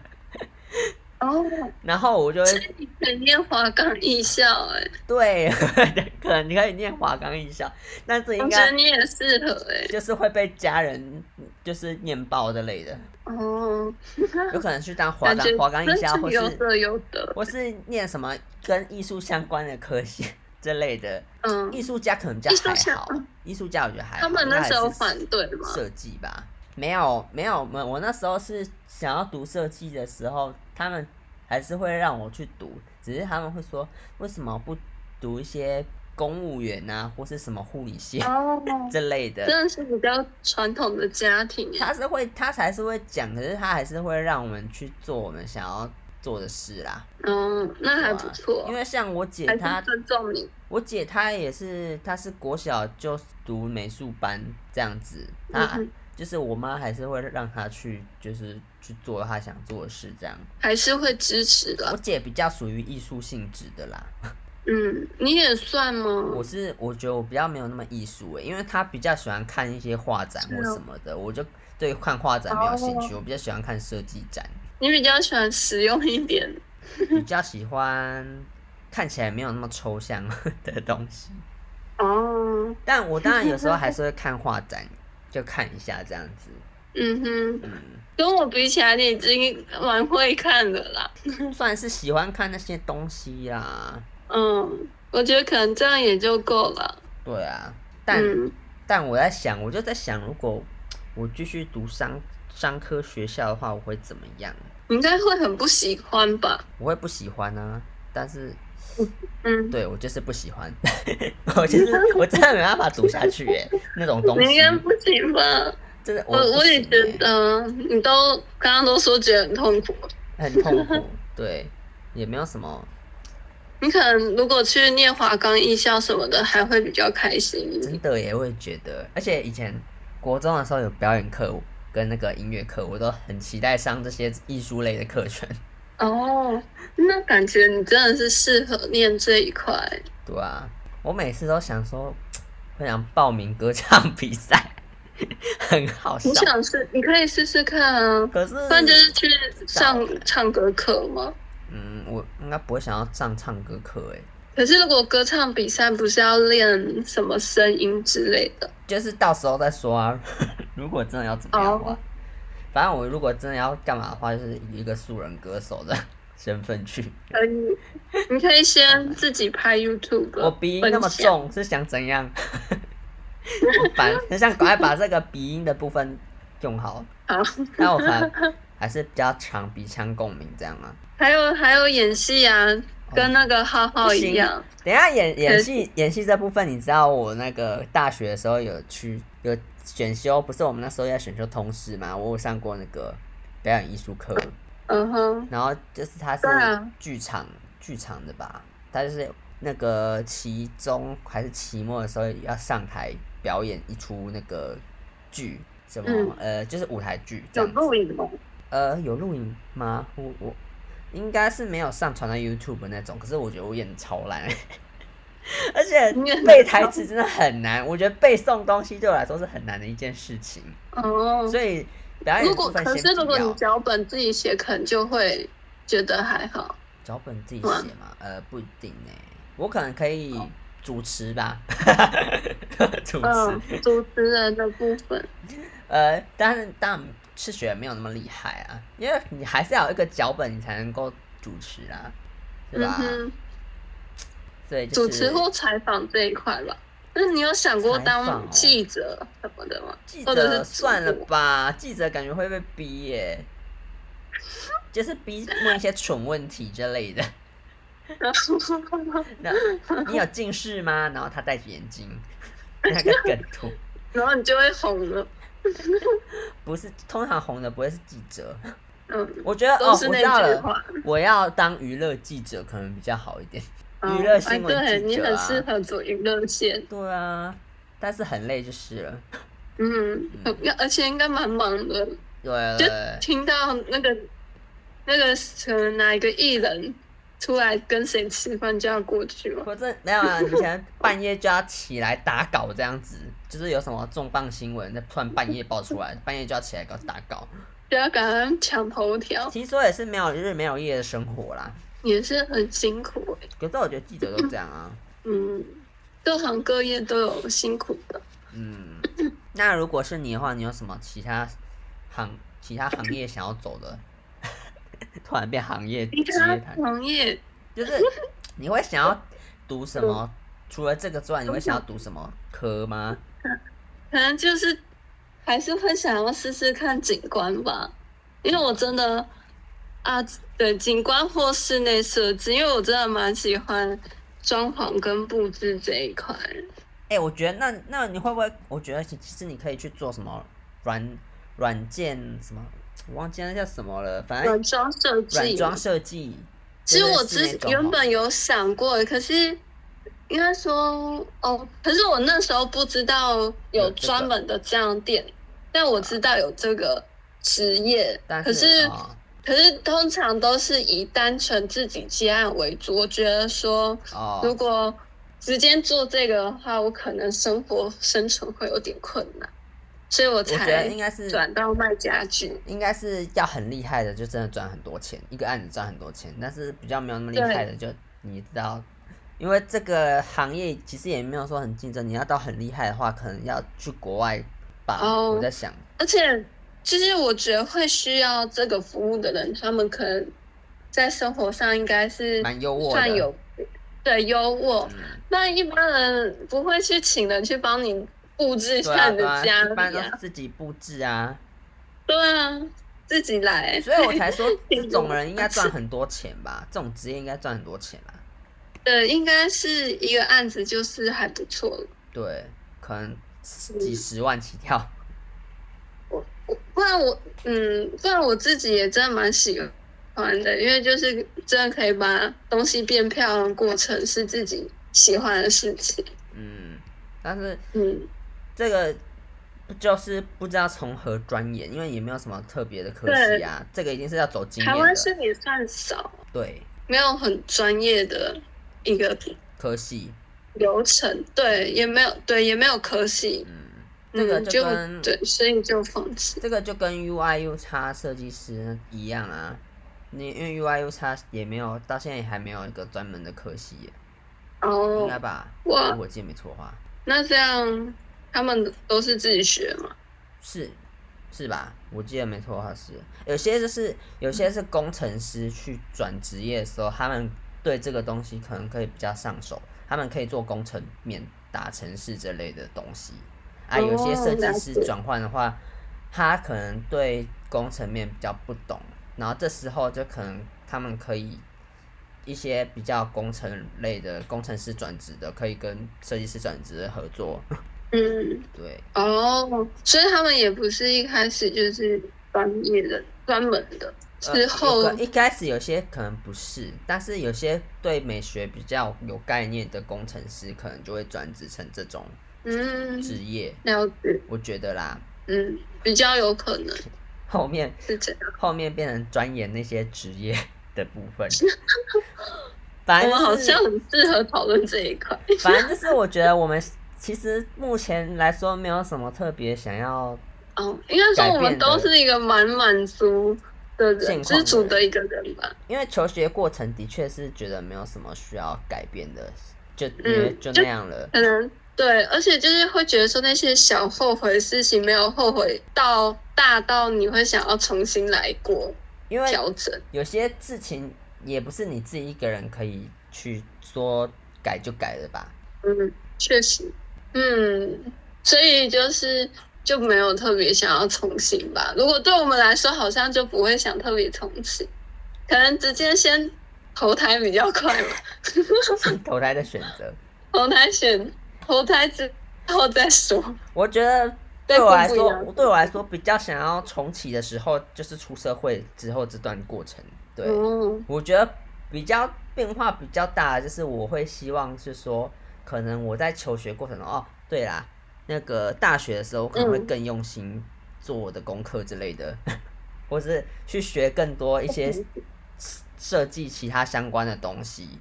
Speaker 2: 哦，
Speaker 1: 然后我就会
Speaker 2: 你可以念华冈艺校、欸，哎，
Speaker 1: 对， 可能你可以念华冈艺校，但是应
Speaker 2: 我觉得
Speaker 1: 该
Speaker 2: 你也适合、欸，
Speaker 1: 就是会被家人就是念爆之类的，
Speaker 2: 哎，哦，
Speaker 1: 有可能去当华
Speaker 2: 感
Speaker 1: 冈
Speaker 2: 觉
Speaker 1: 华冈艺
Speaker 2: 真
Speaker 1: 校，
Speaker 2: 是
Speaker 1: 或
Speaker 2: 有
Speaker 1: 是
Speaker 2: 得有得，
Speaker 1: 我是念什么跟艺术相关的科系之类的，
Speaker 2: 嗯，
Speaker 1: 艺术家可能比较
Speaker 2: 艺术
Speaker 1: 还
Speaker 2: 相
Speaker 1: 好，艺术家我觉得还好。
Speaker 2: 他们
Speaker 1: 应该
Speaker 2: 那
Speaker 1: 还
Speaker 2: 时候
Speaker 1: 是
Speaker 2: 反对吗？
Speaker 1: 设计吧，没有没有，我我那时候是想要读设计的时候，他们还是会让我去读，只是他们会说为什么不读一些公务员啊，或是什么护理系
Speaker 2: 哦，
Speaker 1: 之类的。
Speaker 2: 真的是比较传统的家庭欸，
Speaker 1: 他是会，他才是会讲，可是他还是会让我们去做我们想要做的事啦。
Speaker 2: 嗯，那还不
Speaker 1: 对啊
Speaker 2: 错
Speaker 1: 因，为像我姐
Speaker 2: 还
Speaker 1: 她
Speaker 2: 是尊重你，
Speaker 1: 我姐她也是，她是国小就读美术班这样子，
Speaker 2: 嗯
Speaker 1: 她
Speaker 2: 哼
Speaker 1: 就是我妈还是会让她去，就是去做她想做的事这样。
Speaker 2: 还是会支持
Speaker 1: 我
Speaker 2: 的，
Speaker 1: 姐比较属于艺术性质的啦，
Speaker 2: 嗯，你也算
Speaker 1: 我
Speaker 2: 吗？
Speaker 1: 是我觉得我比较没有那么艺术欸诶，因为她比较喜欢看一些画展
Speaker 2: 是
Speaker 1: 或
Speaker 2: 哦
Speaker 1: 什么的，我就对看画展没有兴趣，我比较喜欢看设计 展，
Speaker 2: 你比较喜欢实用一点，
Speaker 1: 比较喜欢看起来没有那么抽象的东西。
Speaker 2: 哦，
Speaker 1: 但我当然有时候还是会看画展，就看一下这样子，
Speaker 2: 嗯哼。
Speaker 1: 嗯。
Speaker 2: 跟我比起来，你已经蛮会看的啦。
Speaker 1: 算是喜欢看那些东西啊啦。
Speaker 2: 嗯，我觉得可能这样也就够了。
Speaker 1: 对啊，但、
Speaker 2: 嗯，
Speaker 1: 但我在想，我就在想，如果我继续读商商科学校的话，我会怎么样？
Speaker 2: 你应该会很不喜欢吧？
Speaker 1: 我会不喜欢啊。但是，
Speaker 2: 嗯，
Speaker 1: 对我就是不喜欢， 我 就是我真的没办法读下去耶、那种东
Speaker 2: 你
Speaker 1: 西
Speaker 2: 应该不喜欢。
Speaker 1: 真的不
Speaker 2: 我我也
Speaker 1: 行
Speaker 2: 觉
Speaker 1: 耶
Speaker 2: 得，你都刚刚都说觉得很痛苦。
Speaker 1: 欸很痛苦，对，也没有什么，
Speaker 2: 你可能如果去念华冈艺校什么的，还会比较开心一点。
Speaker 1: 真的也会觉得，而且以前国中的时候有表演课跟那个音乐课，我都很期待上这些艺术类的课程。
Speaker 2: 哦，那感觉你真的是适合念这一块。
Speaker 1: 对啊，我每次都想说，我想报名歌唱比赛，很好笑
Speaker 2: 你。想试，你可以试试看啊。
Speaker 1: 可是，
Speaker 2: 不然就是去上唱歌课吗？
Speaker 1: 嗯，我应该不会想要上唱歌课欸诶，
Speaker 2: 可是如果歌唱比赛不是要练什么声音之类的？
Speaker 1: 就是到时候再说啊。 如果真的要怎么样的话
Speaker 2: 哦
Speaker 1: 反正我如果真的要干嘛的话，就是以一个素人歌手的 身份去。
Speaker 2: 可以，你可以先自己拍 YouTube。
Speaker 1: 我鼻音那么，重，是想怎样？ 很烦，很想赶快把这个鼻音的部分用好。
Speaker 2: 好，
Speaker 1: 但我可能还是比较长鼻腔共鸣这样啊。
Speaker 2: 还有还有演戏啊，
Speaker 1: 哦
Speaker 2: 跟那个浩
Speaker 1: 不
Speaker 2: 浩
Speaker 1: 行
Speaker 2: 一样。
Speaker 1: 等一下演演
Speaker 2: 可
Speaker 1: 戏演戏这部分，你知道我那个大学的时候有去有选修，不是我们那时候要选修通识嘛？我有上过那个表演艺术课，
Speaker 2: 嗯哼，
Speaker 1: 然后就是它是
Speaker 2: 对啊
Speaker 1: 剧场剧、场的吧，它就是那个期中还是期末的时候要上台表演一出那个剧，什么、
Speaker 2: 嗯
Speaker 1: 呃就是舞台剧这
Speaker 2: 有
Speaker 1: 样子。
Speaker 2: 录影吗？
Speaker 1: 呃，有录影吗？我我应该是没有上传到 YouTube 那种，可是我觉得我演的超烂， 而且
Speaker 2: 你演得
Speaker 1: 背
Speaker 2: 超
Speaker 1: 台词真的很难。我觉得背诵东西对我来说是很难的一件事情，
Speaker 2: 哦，
Speaker 1: 所以表演
Speaker 2: 如
Speaker 1: 的
Speaker 2: 果
Speaker 1: 部分
Speaker 2: 可是
Speaker 1: 先
Speaker 2: 如
Speaker 1: 不
Speaker 2: 果你
Speaker 1: 要。
Speaker 2: 脚本自己写，可能就会觉得还好。
Speaker 1: 欸脚本自己写嘛？呃，不一定呢、我可能可以主持吧， 主
Speaker 2: 嗯
Speaker 1: 持，，
Speaker 2: 主持人的部分，
Speaker 1: 呃，但是当然是学没有那么厉害啊，因为你还是要有一个脚本，你才能够主持啊，对
Speaker 2: 嗯
Speaker 1: 吧？
Speaker 2: 哼，
Speaker 1: 所以就是
Speaker 2: 主持或采访这一块吧。那你有想过
Speaker 1: 采访哦
Speaker 2: 当记者什么的吗？
Speaker 1: 记
Speaker 2: 或者
Speaker 1: 者
Speaker 2: 是主
Speaker 1: 算了
Speaker 2: 播
Speaker 1: 吧，记者感觉会被逼耶，就是逼问一些蠢问题之类的。 那你有近视吗？然后他戴着眼镜，那个梗图
Speaker 2: 然后你就会红了。
Speaker 1: 不是通常红的不会是记者，
Speaker 2: 嗯，
Speaker 1: 我觉得
Speaker 2: 都
Speaker 1: 哦，
Speaker 2: 是
Speaker 1: 我
Speaker 2: 那
Speaker 1: 知道
Speaker 2: 句
Speaker 1: 了，
Speaker 2: 话。
Speaker 1: 我要当娱乐记者可能比较好一点。
Speaker 2: 嗯
Speaker 1: 娱乐新闻
Speaker 2: 哎对
Speaker 1: 记
Speaker 2: 你
Speaker 1: 者
Speaker 2: 很
Speaker 1: 啊
Speaker 2: 适合走娱乐线。
Speaker 1: 对啊，但是很累就是了。
Speaker 2: 嗯，很而且应该蛮忙的。
Speaker 1: 对
Speaker 2: 就
Speaker 1: 对对
Speaker 2: 听到那个那个可能哪一个艺人出来跟谁吃饭就要过去嘛。
Speaker 1: 我这没有啊，你可能半夜就要起来打稿这样子， 就是有什么重磅新闻，那突然半夜爆出来，半夜就要起来搞打稿。
Speaker 2: 就要赶快抢头条，
Speaker 1: 听说也是没有日没有夜的生活啦，
Speaker 2: 也是很辛苦、欸、
Speaker 1: 可是我觉得记者都这样啊。
Speaker 2: 嗯，各行各业都有辛苦的。
Speaker 1: 嗯，那如果是你的话，你有什么其他行其他行业想要走的？ 突然变行业职
Speaker 2: 其他
Speaker 1: 业谈，
Speaker 2: 行业
Speaker 1: 就是你会想要读什么？除了这个之外，你会想要读什么科吗？
Speaker 2: 可能就是还是会想要试试看景观吧，因为我真的啊，对景观或室内设计，因为我真的蛮喜欢装潢跟布置这一块。
Speaker 1: 哎、我觉得那那你会不会？我觉得其其实你可以去做什么软软件什么，我忘记那叫什么了，反
Speaker 2: 软
Speaker 1: 正
Speaker 2: 装设
Speaker 1: 哎软
Speaker 2: 计，
Speaker 1: 装设计。
Speaker 2: 其实
Speaker 1: 就是
Speaker 2: 我
Speaker 1: 室内
Speaker 2: 之
Speaker 1: 装
Speaker 2: 原
Speaker 1: 潢
Speaker 2: 本有想过，可是应该说哦，可是我那时候不知道
Speaker 1: 有
Speaker 2: 有
Speaker 1: 这个
Speaker 2: 专门的这样的店，但我知道有这个职业，
Speaker 1: 但
Speaker 2: 可是
Speaker 1: 哦
Speaker 2: 可是通常都是以单纯自己接案为主。我觉得说，
Speaker 1: 哦
Speaker 2: 如果直接做这个的话，我可能生活生存会有点困难，所以我
Speaker 1: 我觉得
Speaker 2: 才
Speaker 1: 应该是
Speaker 2: 转到卖家具。
Speaker 1: 应该是要很厉害的，就真的赚很多钱，一个案子赚很多钱。但是比较没有那么厉害的，就你知道，因为这个行业其实也没有说很竞争，你要到很厉害的话，可能要去国外吧。
Speaker 2: 哦
Speaker 1: 我在想，
Speaker 2: 而且，就是我觉得会需要这个服务的人，他们可能在生活上应该是
Speaker 1: 蛮优渥的
Speaker 2: 算有对优渥。
Speaker 1: 嗯，
Speaker 2: 那一般人不会去请人去帮你布置一
Speaker 1: 对
Speaker 2: 下
Speaker 1: 啊
Speaker 2: 你
Speaker 1: 对
Speaker 2: 的
Speaker 1: 啊，
Speaker 2: 家
Speaker 1: 一般
Speaker 2: 里
Speaker 1: 都是
Speaker 2: 啊，
Speaker 1: 自己布置啊，
Speaker 2: 对啊，自己来。
Speaker 1: 所以我才 说这种人应该赚很多钱吧，这种职业应该赚很多钱吧。啊
Speaker 2: 对，应该是一个案子，就是还不错了。
Speaker 1: 对，可能几十万起跳。
Speaker 2: 不然我，嗯，不然我自己也真的蛮喜欢的，因为就是真的可以把东西变漂亮的过程是自己喜欢的事情。
Speaker 1: 嗯，但是
Speaker 2: 嗯，
Speaker 1: 这个就是不知道从何钻研，因为也没有什么特别的科系啊。这个一定是要走经
Speaker 2: 台
Speaker 1: 验
Speaker 2: 湾
Speaker 1: 的，
Speaker 2: 是也算少，
Speaker 1: 对，
Speaker 2: 没有很专业的一个
Speaker 1: 科系。
Speaker 2: 流程，对，也没有，对，也没有科系，
Speaker 1: 嗯，这个
Speaker 2: 嗯，
Speaker 1: 就
Speaker 2: 就
Speaker 1: 跟、
Speaker 2: 对，所以就放弃。
Speaker 1: 这个就跟 UI U 叉设计师一样啊。你因为 UI U 叉也没有到现在也还没有一个专门的科系耶，应
Speaker 2: 哦
Speaker 1: 该，吧？
Speaker 2: 哇
Speaker 1: 如果记得没错的话，
Speaker 2: 那这样他们都是自己学嘛？
Speaker 1: 是是吧？我记得没错的话是，有些就是有些是工程师去转职业的时候，他们对这个东西可能可以比较上手，他们可以做工程面、打城市之类的东西。啊，
Speaker 2: 哦
Speaker 1: 有些设计
Speaker 2: 了
Speaker 1: 师
Speaker 2: 解
Speaker 1: 转换的话，他可能对工程面比较不懂，然后这时候就可能他们可以一些比较工程类的工程师转职的，可以跟设计师转职的合作。
Speaker 2: 嗯，
Speaker 1: 对，
Speaker 2: 哦，所以他们也不是一开始就是专业的、专门的，
Speaker 1: 呃
Speaker 2: 之
Speaker 1: 有
Speaker 2: 后、
Speaker 1: 个一开始有些可能不是，但是有些对美学比较有概念的工程师，可能就会转职成这种
Speaker 2: 嗯，
Speaker 1: 职业。
Speaker 2: 了解，
Speaker 1: 我觉得啦，
Speaker 2: 嗯，比较有可能
Speaker 1: 后面
Speaker 2: 是这样。
Speaker 1: 后面变成钻研那些职业的部 分。反
Speaker 2: 我
Speaker 1: 正
Speaker 2: 们好
Speaker 1: 就是
Speaker 2: 像很适合讨论这一块。
Speaker 1: 反正就是我觉得我们其实目前来说没有什么特别想要，
Speaker 2: 哦，应该说我们都是一个蛮满足的
Speaker 1: 现况
Speaker 2: 人，
Speaker 1: 的
Speaker 2: 知
Speaker 1: 人
Speaker 2: 足的一个人吧。
Speaker 1: 因为求学过程的确是觉得没有什么需要改变的就也
Speaker 2: 嗯
Speaker 1: 就那样了。
Speaker 2: 可能对，而且就是会觉得说那些小后悔的事情没有后悔到大到你会想要重新来过
Speaker 1: 因为
Speaker 2: 调整。
Speaker 1: 有些事情也不是你自己一个人可以去说改就改的 吧。
Speaker 2: 嗯，确实，嗯，所以就是就没有特别想要重新吧。如果对我们来说，好像就不会想特别重新，可能直接先投胎比较快吧。
Speaker 1: 投胎的选择，
Speaker 2: 投胎选投胎之后再说。
Speaker 1: 我觉得对我来说，对我来说比较想要重启的时候，就是出社会之后这段过程。对，
Speaker 2: 哦，
Speaker 1: 我觉得比较变化比较大，的就是我会希望是说，可能我在求学过程中，哦，对啦，那个大学的时候，我可能会
Speaker 2: 嗯
Speaker 1: 更用心做我的功课之类的， 或是去学更多一些设计其他相关的东西，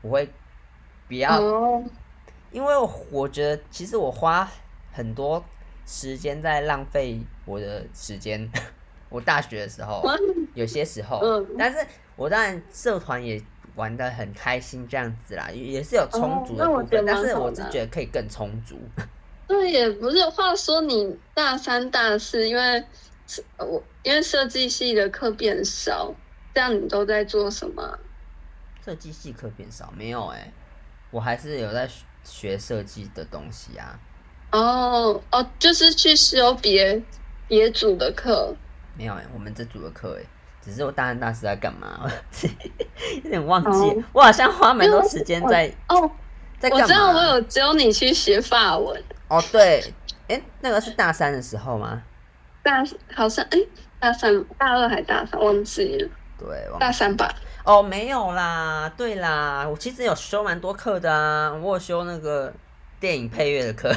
Speaker 1: 我会比较
Speaker 2: 哦，
Speaker 1: 因为我觉得其实我花很多时间在浪费我的时间。 我大学的时候，有些时候，
Speaker 2: 嗯
Speaker 1: 但是我当然社团也玩的很开心这样子啦，也也是有充足的
Speaker 2: 哦那我
Speaker 1: 部分，
Speaker 2: 觉得
Speaker 1: 但是
Speaker 2: 蛮好
Speaker 1: 我
Speaker 2: 的
Speaker 1: 是觉得可以更充足。
Speaker 2: 对，也不是。话说你大三、大四，因为呃我因为设计系的课变少，这样你都在做什么啊？
Speaker 1: 设计系课变少没有哎、我还是有在学学设计的东西啊，
Speaker 2: 哦哦，就是去修别别组的课。
Speaker 1: 没有哎、我们这组的课哎、只是我大三大四在干嘛， 我自己有点忘记了
Speaker 2: 哦
Speaker 1: 我好像花蛮多时间在
Speaker 2: 哦，
Speaker 1: 在干
Speaker 2: 我
Speaker 1: 嘛。
Speaker 2: 知道我有教你去学法文，
Speaker 1: 哦，对，哎，那个是大三的时候吗？
Speaker 2: 大好像哎、大三、大二还大三忘记了，
Speaker 1: 对，忘
Speaker 2: 大三吧。
Speaker 1: 哦，没有啦，对啦，我其实有修蛮多课的啊，我有修那个电影配乐的课，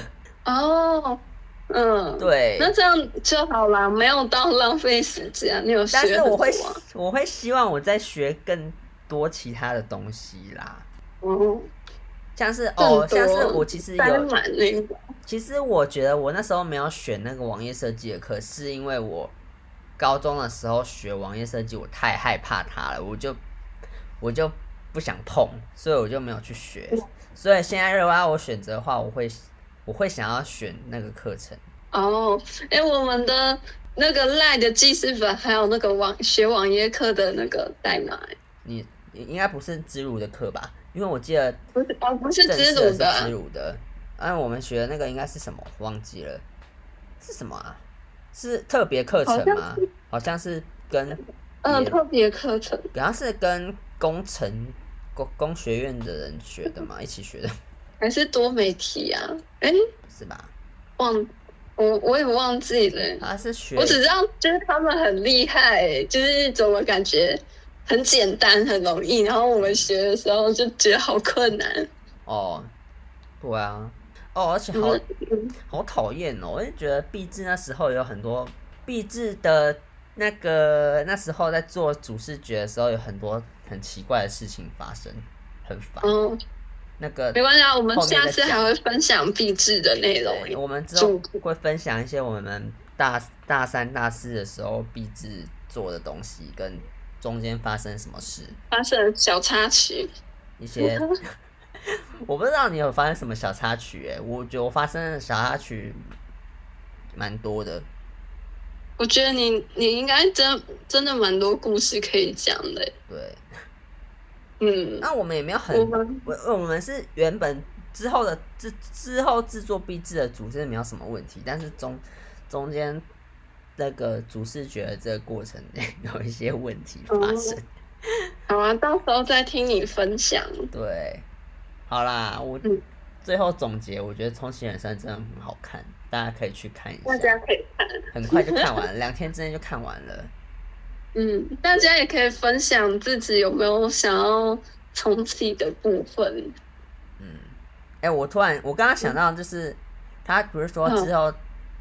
Speaker 2: 哦，嗯，。
Speaker 1: 对，
Speaker 2: 那这样就好啦，没有到浪费时间。你有学
Speaker 1: 但是我会
Speaker 2: 很多吗啊
Speaker 1: 我会希望我在学更多其他的东西啦，
Speaker 2: 哦，
Speaker 1: 像是哦，
Speaker 2: 更
Speaker 1: 像
Speaker 2: 多
Speaker 1: 是我其实
Speaker 2: 塞
Speaker 1: 有，
Speaker 2: 满那个。
Speaker 1: 其实我觉得我那时候没有选那个网页设计的课，是因为我高中的时候学网页设计，我太害怕它了，我就我就不想碰，所以我就没有去学。所以现在如果要我选择的话，我会我会想要选那个课程。
Speaker 2: 哦，哎，我们的那个赖的记事本，还有那个网学网页课的那个代码，诶
Speaker 1: 你应该不是知儒的课吧？因为我记得
Speaker 2: 不是哦，不是
Speaker 1: 正
Speaker 2: 知
Speaker 1: 式
Speaker 2: 鲁
Speaker 1: 是
Speaker 2: 的啊
Speaker 1: 知儒的，按、我们学的那个应该是什么？忘记了是什么啊？是特别课程吗？好像是跟
Speaker 2: 嗯，
Speaker 1: 别
Speaker 2: 特别课程
Speaker 1: 好像是跟工程工工学院的人学的嘛，一起学的，
Speaker 2: 还是多媒体啊？哎，
Speaker 1: 是 吧？
Speaker 2: 忘我我也忘记了，
Speaker 1: 他是学
Speaker 2: 我只知道就是他们很厉害、欸就是怎么感觉很简单很容易，然后我们学的时候就觉得好困难。
Speaker 1: 哦，对啊，哦，而且好
Speaker 2: 嗯嗯
Speaker 1: 好讨厌哦！我就觉得毕志那时候有很多毕志的那个那时候在做主视觉的时候，有很多很奇怪的事情发生，很烦。
Speaker 2: 哦，
Speaker 1: 那个
Speaker 2: 没关系啊，我们
Speaker 1: 后面
Speaker 2: 下
Speaker 1: 再
Speaker 2: 次还
Speaker 1: 讲
Speaker 2: 会分享壁纸的内容、
Speaker 1: 对，我们之后
Speaker 2: 祝
Speaker 1: 会分享一些我们大大三、大四的时候毕志做的东西，跟中间发生什么事，
Speaker 2: 发生了小插曲。
Speaker 1: 一些我不知道你有发生什么小插曲、欸，我觉得我发生的小插曲蛮多的。
Speaker 2: 我觉得你你应该真真的蛮多故事可以讲的，
Speaker 1: 对，
Speaker 2: 嗯，
Speaker 1: 那我们也没有很
Speaker 2: 我们
Speaker 1: 我我们是原本之后的之之后制作壁纸的主是没有什么问题，但是中中间那个主视觉的这个过程 有一些问题发
Speaker 2: 嗯
Speaker 1: 生。
Speaker 2: 好啊，到时候再听你分享。
Speaker 1: 对，好啦，我、
Speaker 2: 嗯
Speaker 1: 最后总结，我觉得《重启人生》真的很好看，大家可以去看一
Speaker 2: 大
Speaker 1: 下，
Speaker 2: 家可以看，
Speaker 1: 很快就看完了，两天之内就看完了。
Speaker 2: 嗯，大家也可以分享自己有没有想要重启的部分。
Speaker 1: 嗯，哎、我突然我刚刚想到，就是、他不是说
Speaker 2: 嗯
Speaker 1: 之后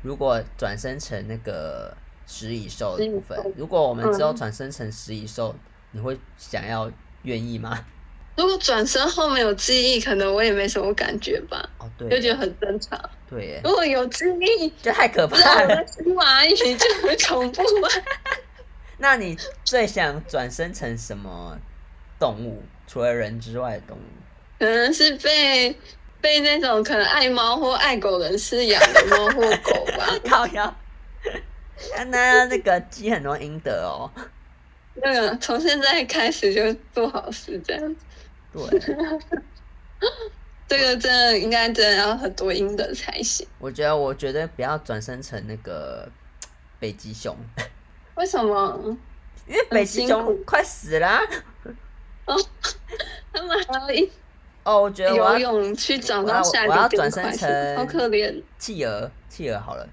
Speaker 1: 如果转生成那个食蚁兽的部分
Speaker 2: 食蚁兽，
Speaker 1: 如果我们之后
Speaker 2: 嗯
Speaker 1: 转生成食蚁兽，你会想要愿意吗？
Speaker 2: 如果转身后没有记忆，可能我也没什么感觉吧，
Speaker 1: 哦，
Speaker 2: 就觉
Speaker 1: 对，
Speaker 2: 得很正常。
Speaker 1: 对耶
Speaker 2: 如，果有记忆，
Speaker 1: 这太可
Speaker 2: 不知道
Speaker 1: 怕了
Speaker 2: 我在。吃蚂蚁就 很恐怖啊。
Speaker 1: 那你最想转生成什么动物？除了人之外的动物？
Speaker 2: 可能是被被那种可能爱猫或爱狗人士养的猫或狗吧。
Speaker 1: 靠腰。 那那那个积很多阴德哦。
Speaker 2: 对啊，从现在开始就做好事，这样
Speaker 1: 对，
Speaker 2: 这个真的应该真的要很多阴德才行。
Speaker 1: 我觉得我绝对不要转身成那个北极 熊，
Speaker 2: 为什么？
Speaker 1: 因为北极
Speaker 2: 很辛
Speaker 1: 熊
Speaker 2: 苦
Speaker 1: 快死啦、
Speaker 2: 他们还要一
Speaker 1: 哦，我觉得
Speaker 2: 游
Speaker 1: 我要
Speaker 2: 泳去找
Speaker 1: 我
Speaker 2: 到
Speaker 1: 要
Speaker 2: 下一
Speaker 1: 我要
Speaker 2: 个
Speaker 1: 转
Speaker 2: 冰
Speaker 1: 身
Speaker 2: 块是
Speaker 1: 成
Speaker 2: 吗，好可怜。
Speaker 1: 企鹅，企鹅好了，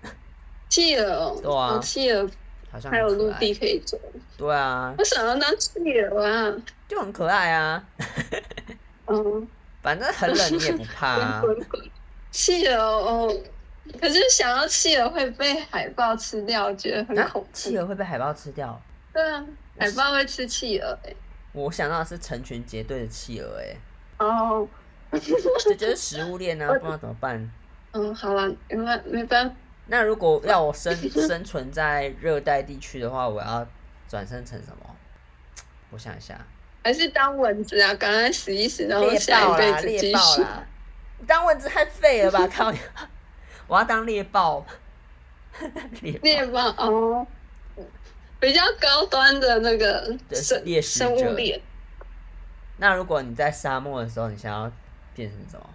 Speaker 2: 企鹅哦，
Speaker 1: 对啊
Speaker 2: 哦企鹅
Speaker 1: 好像
Speaker 2: 还
Speaker 1: 很
Speaker 2: 有
Speaker 1: 可
Speaker 2: 陆
Speaker 1: 爱。
Speaker 2: 地可以走。
Speaker 1: 对啊，
Speaker 2: 我想要当企鹅啊，
Speaker 1: 就很可爱啊，
Speaker 2: 嗯，
Speaker 1: 反正很冷你也不怕啊。
Speaker 2: 滚滚企鹅哦，可是想要企鹅会被海豹吃掉，觉得 很
Speaker 1: 啊
Speaker 2: 恐怖。
Speaker 1: 企鹅会被海豹吃掉，
Speaker 2: 对啊，海豹会吃企鹅哎、
Speaker 1: 我想到的是成群结队的企鹅、 欸，
Speaker 2: 哦，
Speaker 1: 这就是食物链啊，不知道怎么办。
Speaker 2: 嗯，好了，没办没办法，
Speaker 1: 那如果要我 生生存在热带地区的话，我要转生成什么？我想一下，
Speaker 2: 还是当蚊子啊，赶快死一死，然后
Speaker 1: 猎
Speaker 2: 下
Speaker 1: 豹
Speaker 2: 一辈
Speaker 1: 啦，
Speaker 2: 子
Speaker 1: 猎
Speaker 2: 继
Speaker 1: 豹
Speaker 2: 续。
Speaker 1: 啦，当蚊子太废了吧？靠！我要当猎豹，猎
Speaker 2: 猎豹哦，比较高端的那个
Speaker 1: 对
Speaker 2: 生
Speaker 1: 猎食
Speaker 2: 生
Speaker 1: 者
Speaker 2: 物链，
Speaker 1: 那如果你在沙漠的时候，你想要变成什么？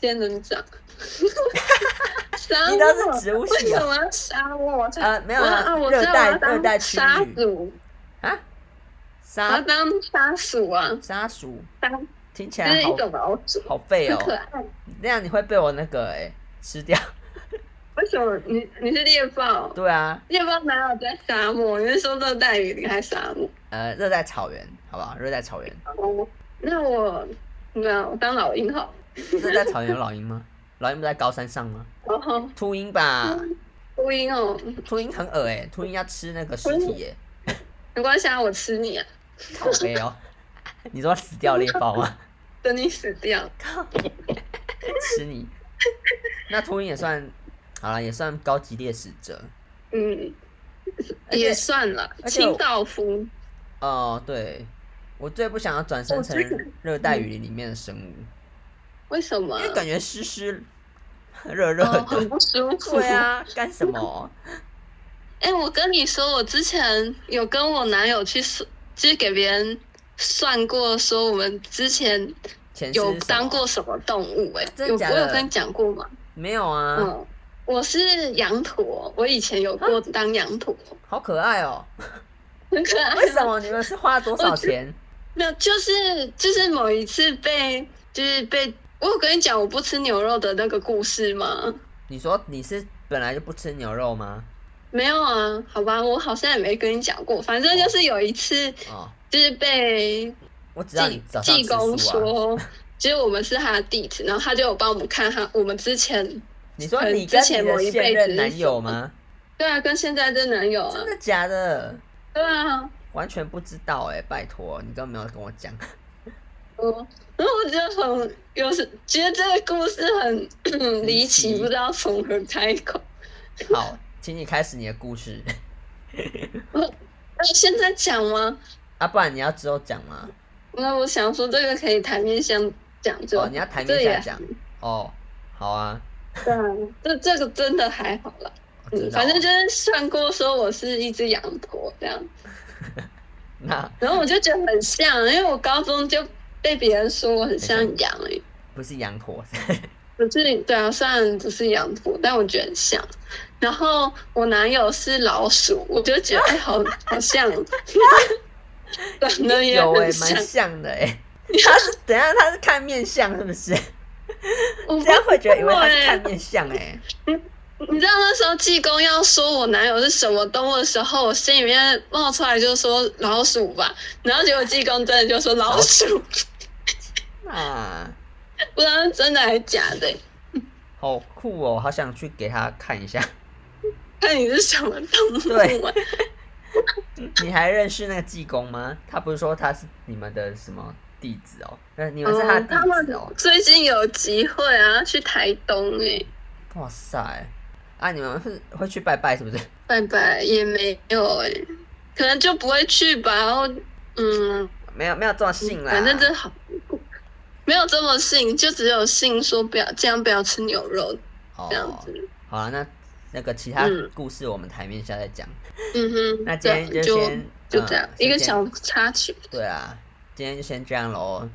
Speaker 2: 仙人掌。沙
Speaker 1: 你都是
Speaker 2: 漠？
Speaker 1: 植物
Speaker 2: 为
Speaker 1: 系
Speaker 2: 什
Speaker 1: 啊？
Speaker 2: 么要沙漠？我才
Speaker 1: 呃，没有
Speaker 2: 我要
Speaker 1: 啊
Speaker 2: 啊，，我
Speaker 1: 热
Speaker 2: 知道我
Speaker 1: 带
Speaker 2: 要
Speaker 1: 热带
Speaker 2: 当
Speaker 1: 区
Speaker 2: 沙
Speaker 1: 域
Speaker 2: 鼠，
Speaker 1: 啊，
Speaker 2: 我要
Speaker 1: 沙
Speaker 2: 当沙鼠啊，
Speaker 1: 沙鼠
Speaker 2: 沙
Speaker 1: 听起
Speaker 2: 就
Speaker 1: 来
Speaker 2: 是
Speaker 1: 好
Speaker 2: 一种老鼠，
Speaker 1: 好废
Speaker 2: 很
Speaker 1: 哦，
Speaker 2: 可爱。
Speaker 1: 那样你会被我那个哎、吃掉。
Speaker 2: 为什么你你是猎豹？
Speaker 1: 对啊，
Speaker 2: 猎豹哪有在沙漠？你是说热带雨林还是沙漠？
Speaker 1: 呃，热带草原，好不好？热带草原，
Speaker 2: 哦，那我那我当老鹰好了。
Speaker 1: 热带草原有老鹰吗？老鹰不在高山上吗？
Speaker 2: 然后
Speaker 1: 秃鹰吧，
Speaker 2: 秃鹰哦，
Speaker 1: 秃鹰很恶哎、秃鹰要吃那个尸体欸耶、
Speaker 2: 没关系啊，我吃你啊，
Speaker 1: 靠背哦。你说死掉猎豹吗？
Speaker 2: 等你死掉。
Speaker 1: 靠，吃你。那秃鹰也算，好了，也算高级猎食者。
Speaker 2: 嗯，
Speaker 1: 而且
Speaker 2: 也算了，
Speaker 1: 而且我
Speaker 2: 清道夫。
Speaker 1: 哦，对，我最不想要转生
Speaker 2: 哦
Speaker 1: 成
Speaker 2: 这个
Speaker 1: 热带雨林里面的生物，
Speaker 2: 为什么
Speaker 1: 因？为感觉湿湿、热热
Speaker 2: 哦，
Speaker 1: 的。
Speaker 2: 很不舒服。
Speaker 1: 对。啊，干什么？
Speaker 2: 哎、我跟你说，我之前有跟我男友去算，就是给别人算过，说我们之前
Speaker 1: 前世
Speaker 2: 有
Speaker 1: 是什
Speaker 2: 当
Speaker 1: 么
Speaker 2: 过什么动物、欸？哎，
Speaker 1: 真
Speaker 2: 有
Speaker 1: 假
Speaker 2: 我有
Speaker 1: 的
Speaker 2: 跟你讲过吗？
Speaker 1: 没有啊？
Speaker 2: 嗯，我是羊驼，我以前有过当羊驼，
Speaker 1: 好可爱哦！
Speaker 2: 很可爱。
Speaker 1: 为什么你们是花了多少钱？
Speaker 2: 没有，就是就是某一次被就是被我有跟你讲我不吃牛肉的那个故事吗？
Speaker 1: 你说你是本来就不吃牛肉吗？
Speaker 2: 没有啊，好吧，我好像也没跟你讲过。反正就是有一次，
Speaker 1: 哦，
Speaker 2: 就是被
Speaker 1: 我只要你
Speaker 2: 济
Speaker 1: 早上
Speaker 2: 济
Speaker 1: 吃
Speaker 2: 公
Speaker 1: 素啊。
Speaker 2: 说，就是我们是他的弟子，然后他就有帮我们看他我们之前
Speaker 1: 你说
Speaker 2: 呃
Speaker 1: 你
Speaker 2: 之
Speaker 1: 跟
Speaker 2: 前
Speaker 1: 你
Speaker 2: 某
Speaker 1: 的
Speaker 2: 一
Speaker 1: 现
Speaker 2: 辈
Speaker 1: 任
Speaker 2: 子
Speaker 1: 男
Speaker 2: 是
Speaker 1: 友
Speaker 2: 什么
Speaker 1: 吗？
Speaker 2: 对啊，跟现在这男友啊
Speaker 1: 真，的假的？
Speaker 2: 对啊，
Speaker 1: 完全不知道哎、拜托，你都没有跟我 讲。
Speaker 2: 嗯，然后我觉得很有时觉得这个故事很嗯
Speaker 1: 离
Speaker 2: 离
Speaker 1: 奇
Speaker 2: 奇，不知道从何开口。
Speaker 1: 好，请你开始你的故事
Speaker 2: 那现在讲吗？
Speaker 1: 啊，不然你要之后讲吗？
Speaker 2: 那我想说这个可以台面上讲就好，
Speaker 1: 哦，你要台
Speaker 2: 这
Speaker 1: 面
Speaker 2: 也
Speaker 1: 下讲哦。好啊，
Speaker 2: 对啊，这这个真的还好啦。
Speaker 1: 我知
Speaker 2: 嗯，
Speaker 1: 道
Speaker 2: 反正就是算过说我是一只羊驼这样，
Speaker 1: 那
Speaker 2: 然后我就觉得很像，因为我高中就被别人说我很像羊诶、
Speaker 1: 不是羊驼，
Speaker 2: 我自己对啊，虽然不是羊驼，但我觉得很像。然后我男友是老鼠，我就觉得、哎，好好像，长得也
Speaker 1: 有哎、
Speaker 2: 很像
Speaker 1: 蛮。像的哎、他是等一下他是看面相是不 是？
Speaker 2: 我不
Speaker 1: 这样会觉得以为他是
Speaker 2: 对
Speaker 1: 看面相哎、
Speaker 2: 你知道那时候济公要说我男友是什么动物的时候，我心里面冒出来就说老鼠吧，然后结果济公真的就说老 鼠，
Speaker 1: 那
Speaker 2: 不知道是真的还是假的、
Speaker 1: 好酷哦，好想去给他看一下。
Speaker 2: 看你是什么动
Speaker 1: 对
Speaker 2: 物、啊。
Speaker 1: 你还认识那个济公吗？他不是说他是你们的什么弟子哦？那你们是他的
Speaker 2: 嗯他
Speaker 1: 弟子
Speaker 2: 们
Speaker 1: 哦？
Speaker 2: 最近有机会啊，去台东哎、
Speaker 1: 哇塞！啊，你们是会去拜拜是不 是？
Speaker 2: 拜拜也没有哎、可能就不会去吧。然后，嗯，嗯
Speaker 1: 没有没有这么信啦。
Speaker 2: 反正这好，没有这么信，就只有信说不要这样，不要吃牛肉
Speaker 1: 哦
Speaker 2: 这，样子。
Speaker 1: 好了，那那个其他
Speaker 2: 嗯
Speaker 1: 故事我们台面下再讲。
Speaker 2: 嗯哼，
Speaker 1: 那今天
Speaker 2: 对
Speaker 1: 就
Speaker 2: 就
Speaker 1: 先
Speaker 2: 就
Speaker 1: 嗯
Speaker 2: 这样、
Speaker 1: 先
Speaker 2: 一个
Speaker 1: 先
Speaker 2: 小插曲。
Speaker 1: 对啊，今天就先这样
Speaker 2: 嗯
Speaker 1: 喽，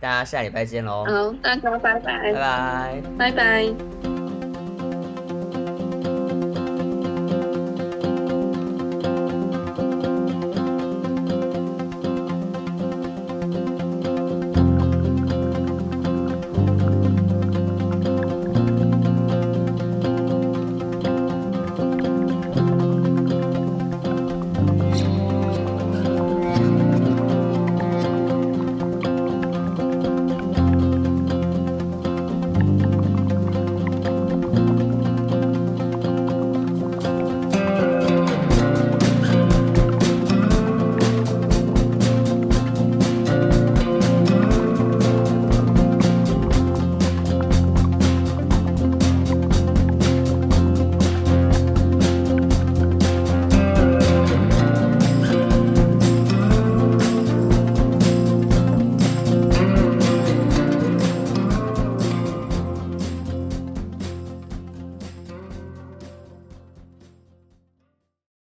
Speaker 1: 大家下礼拜见喽，
Speaker 2: 好，大家拜拜，
Speaker 1: 拜拜。
Speaker 2: 拜拜。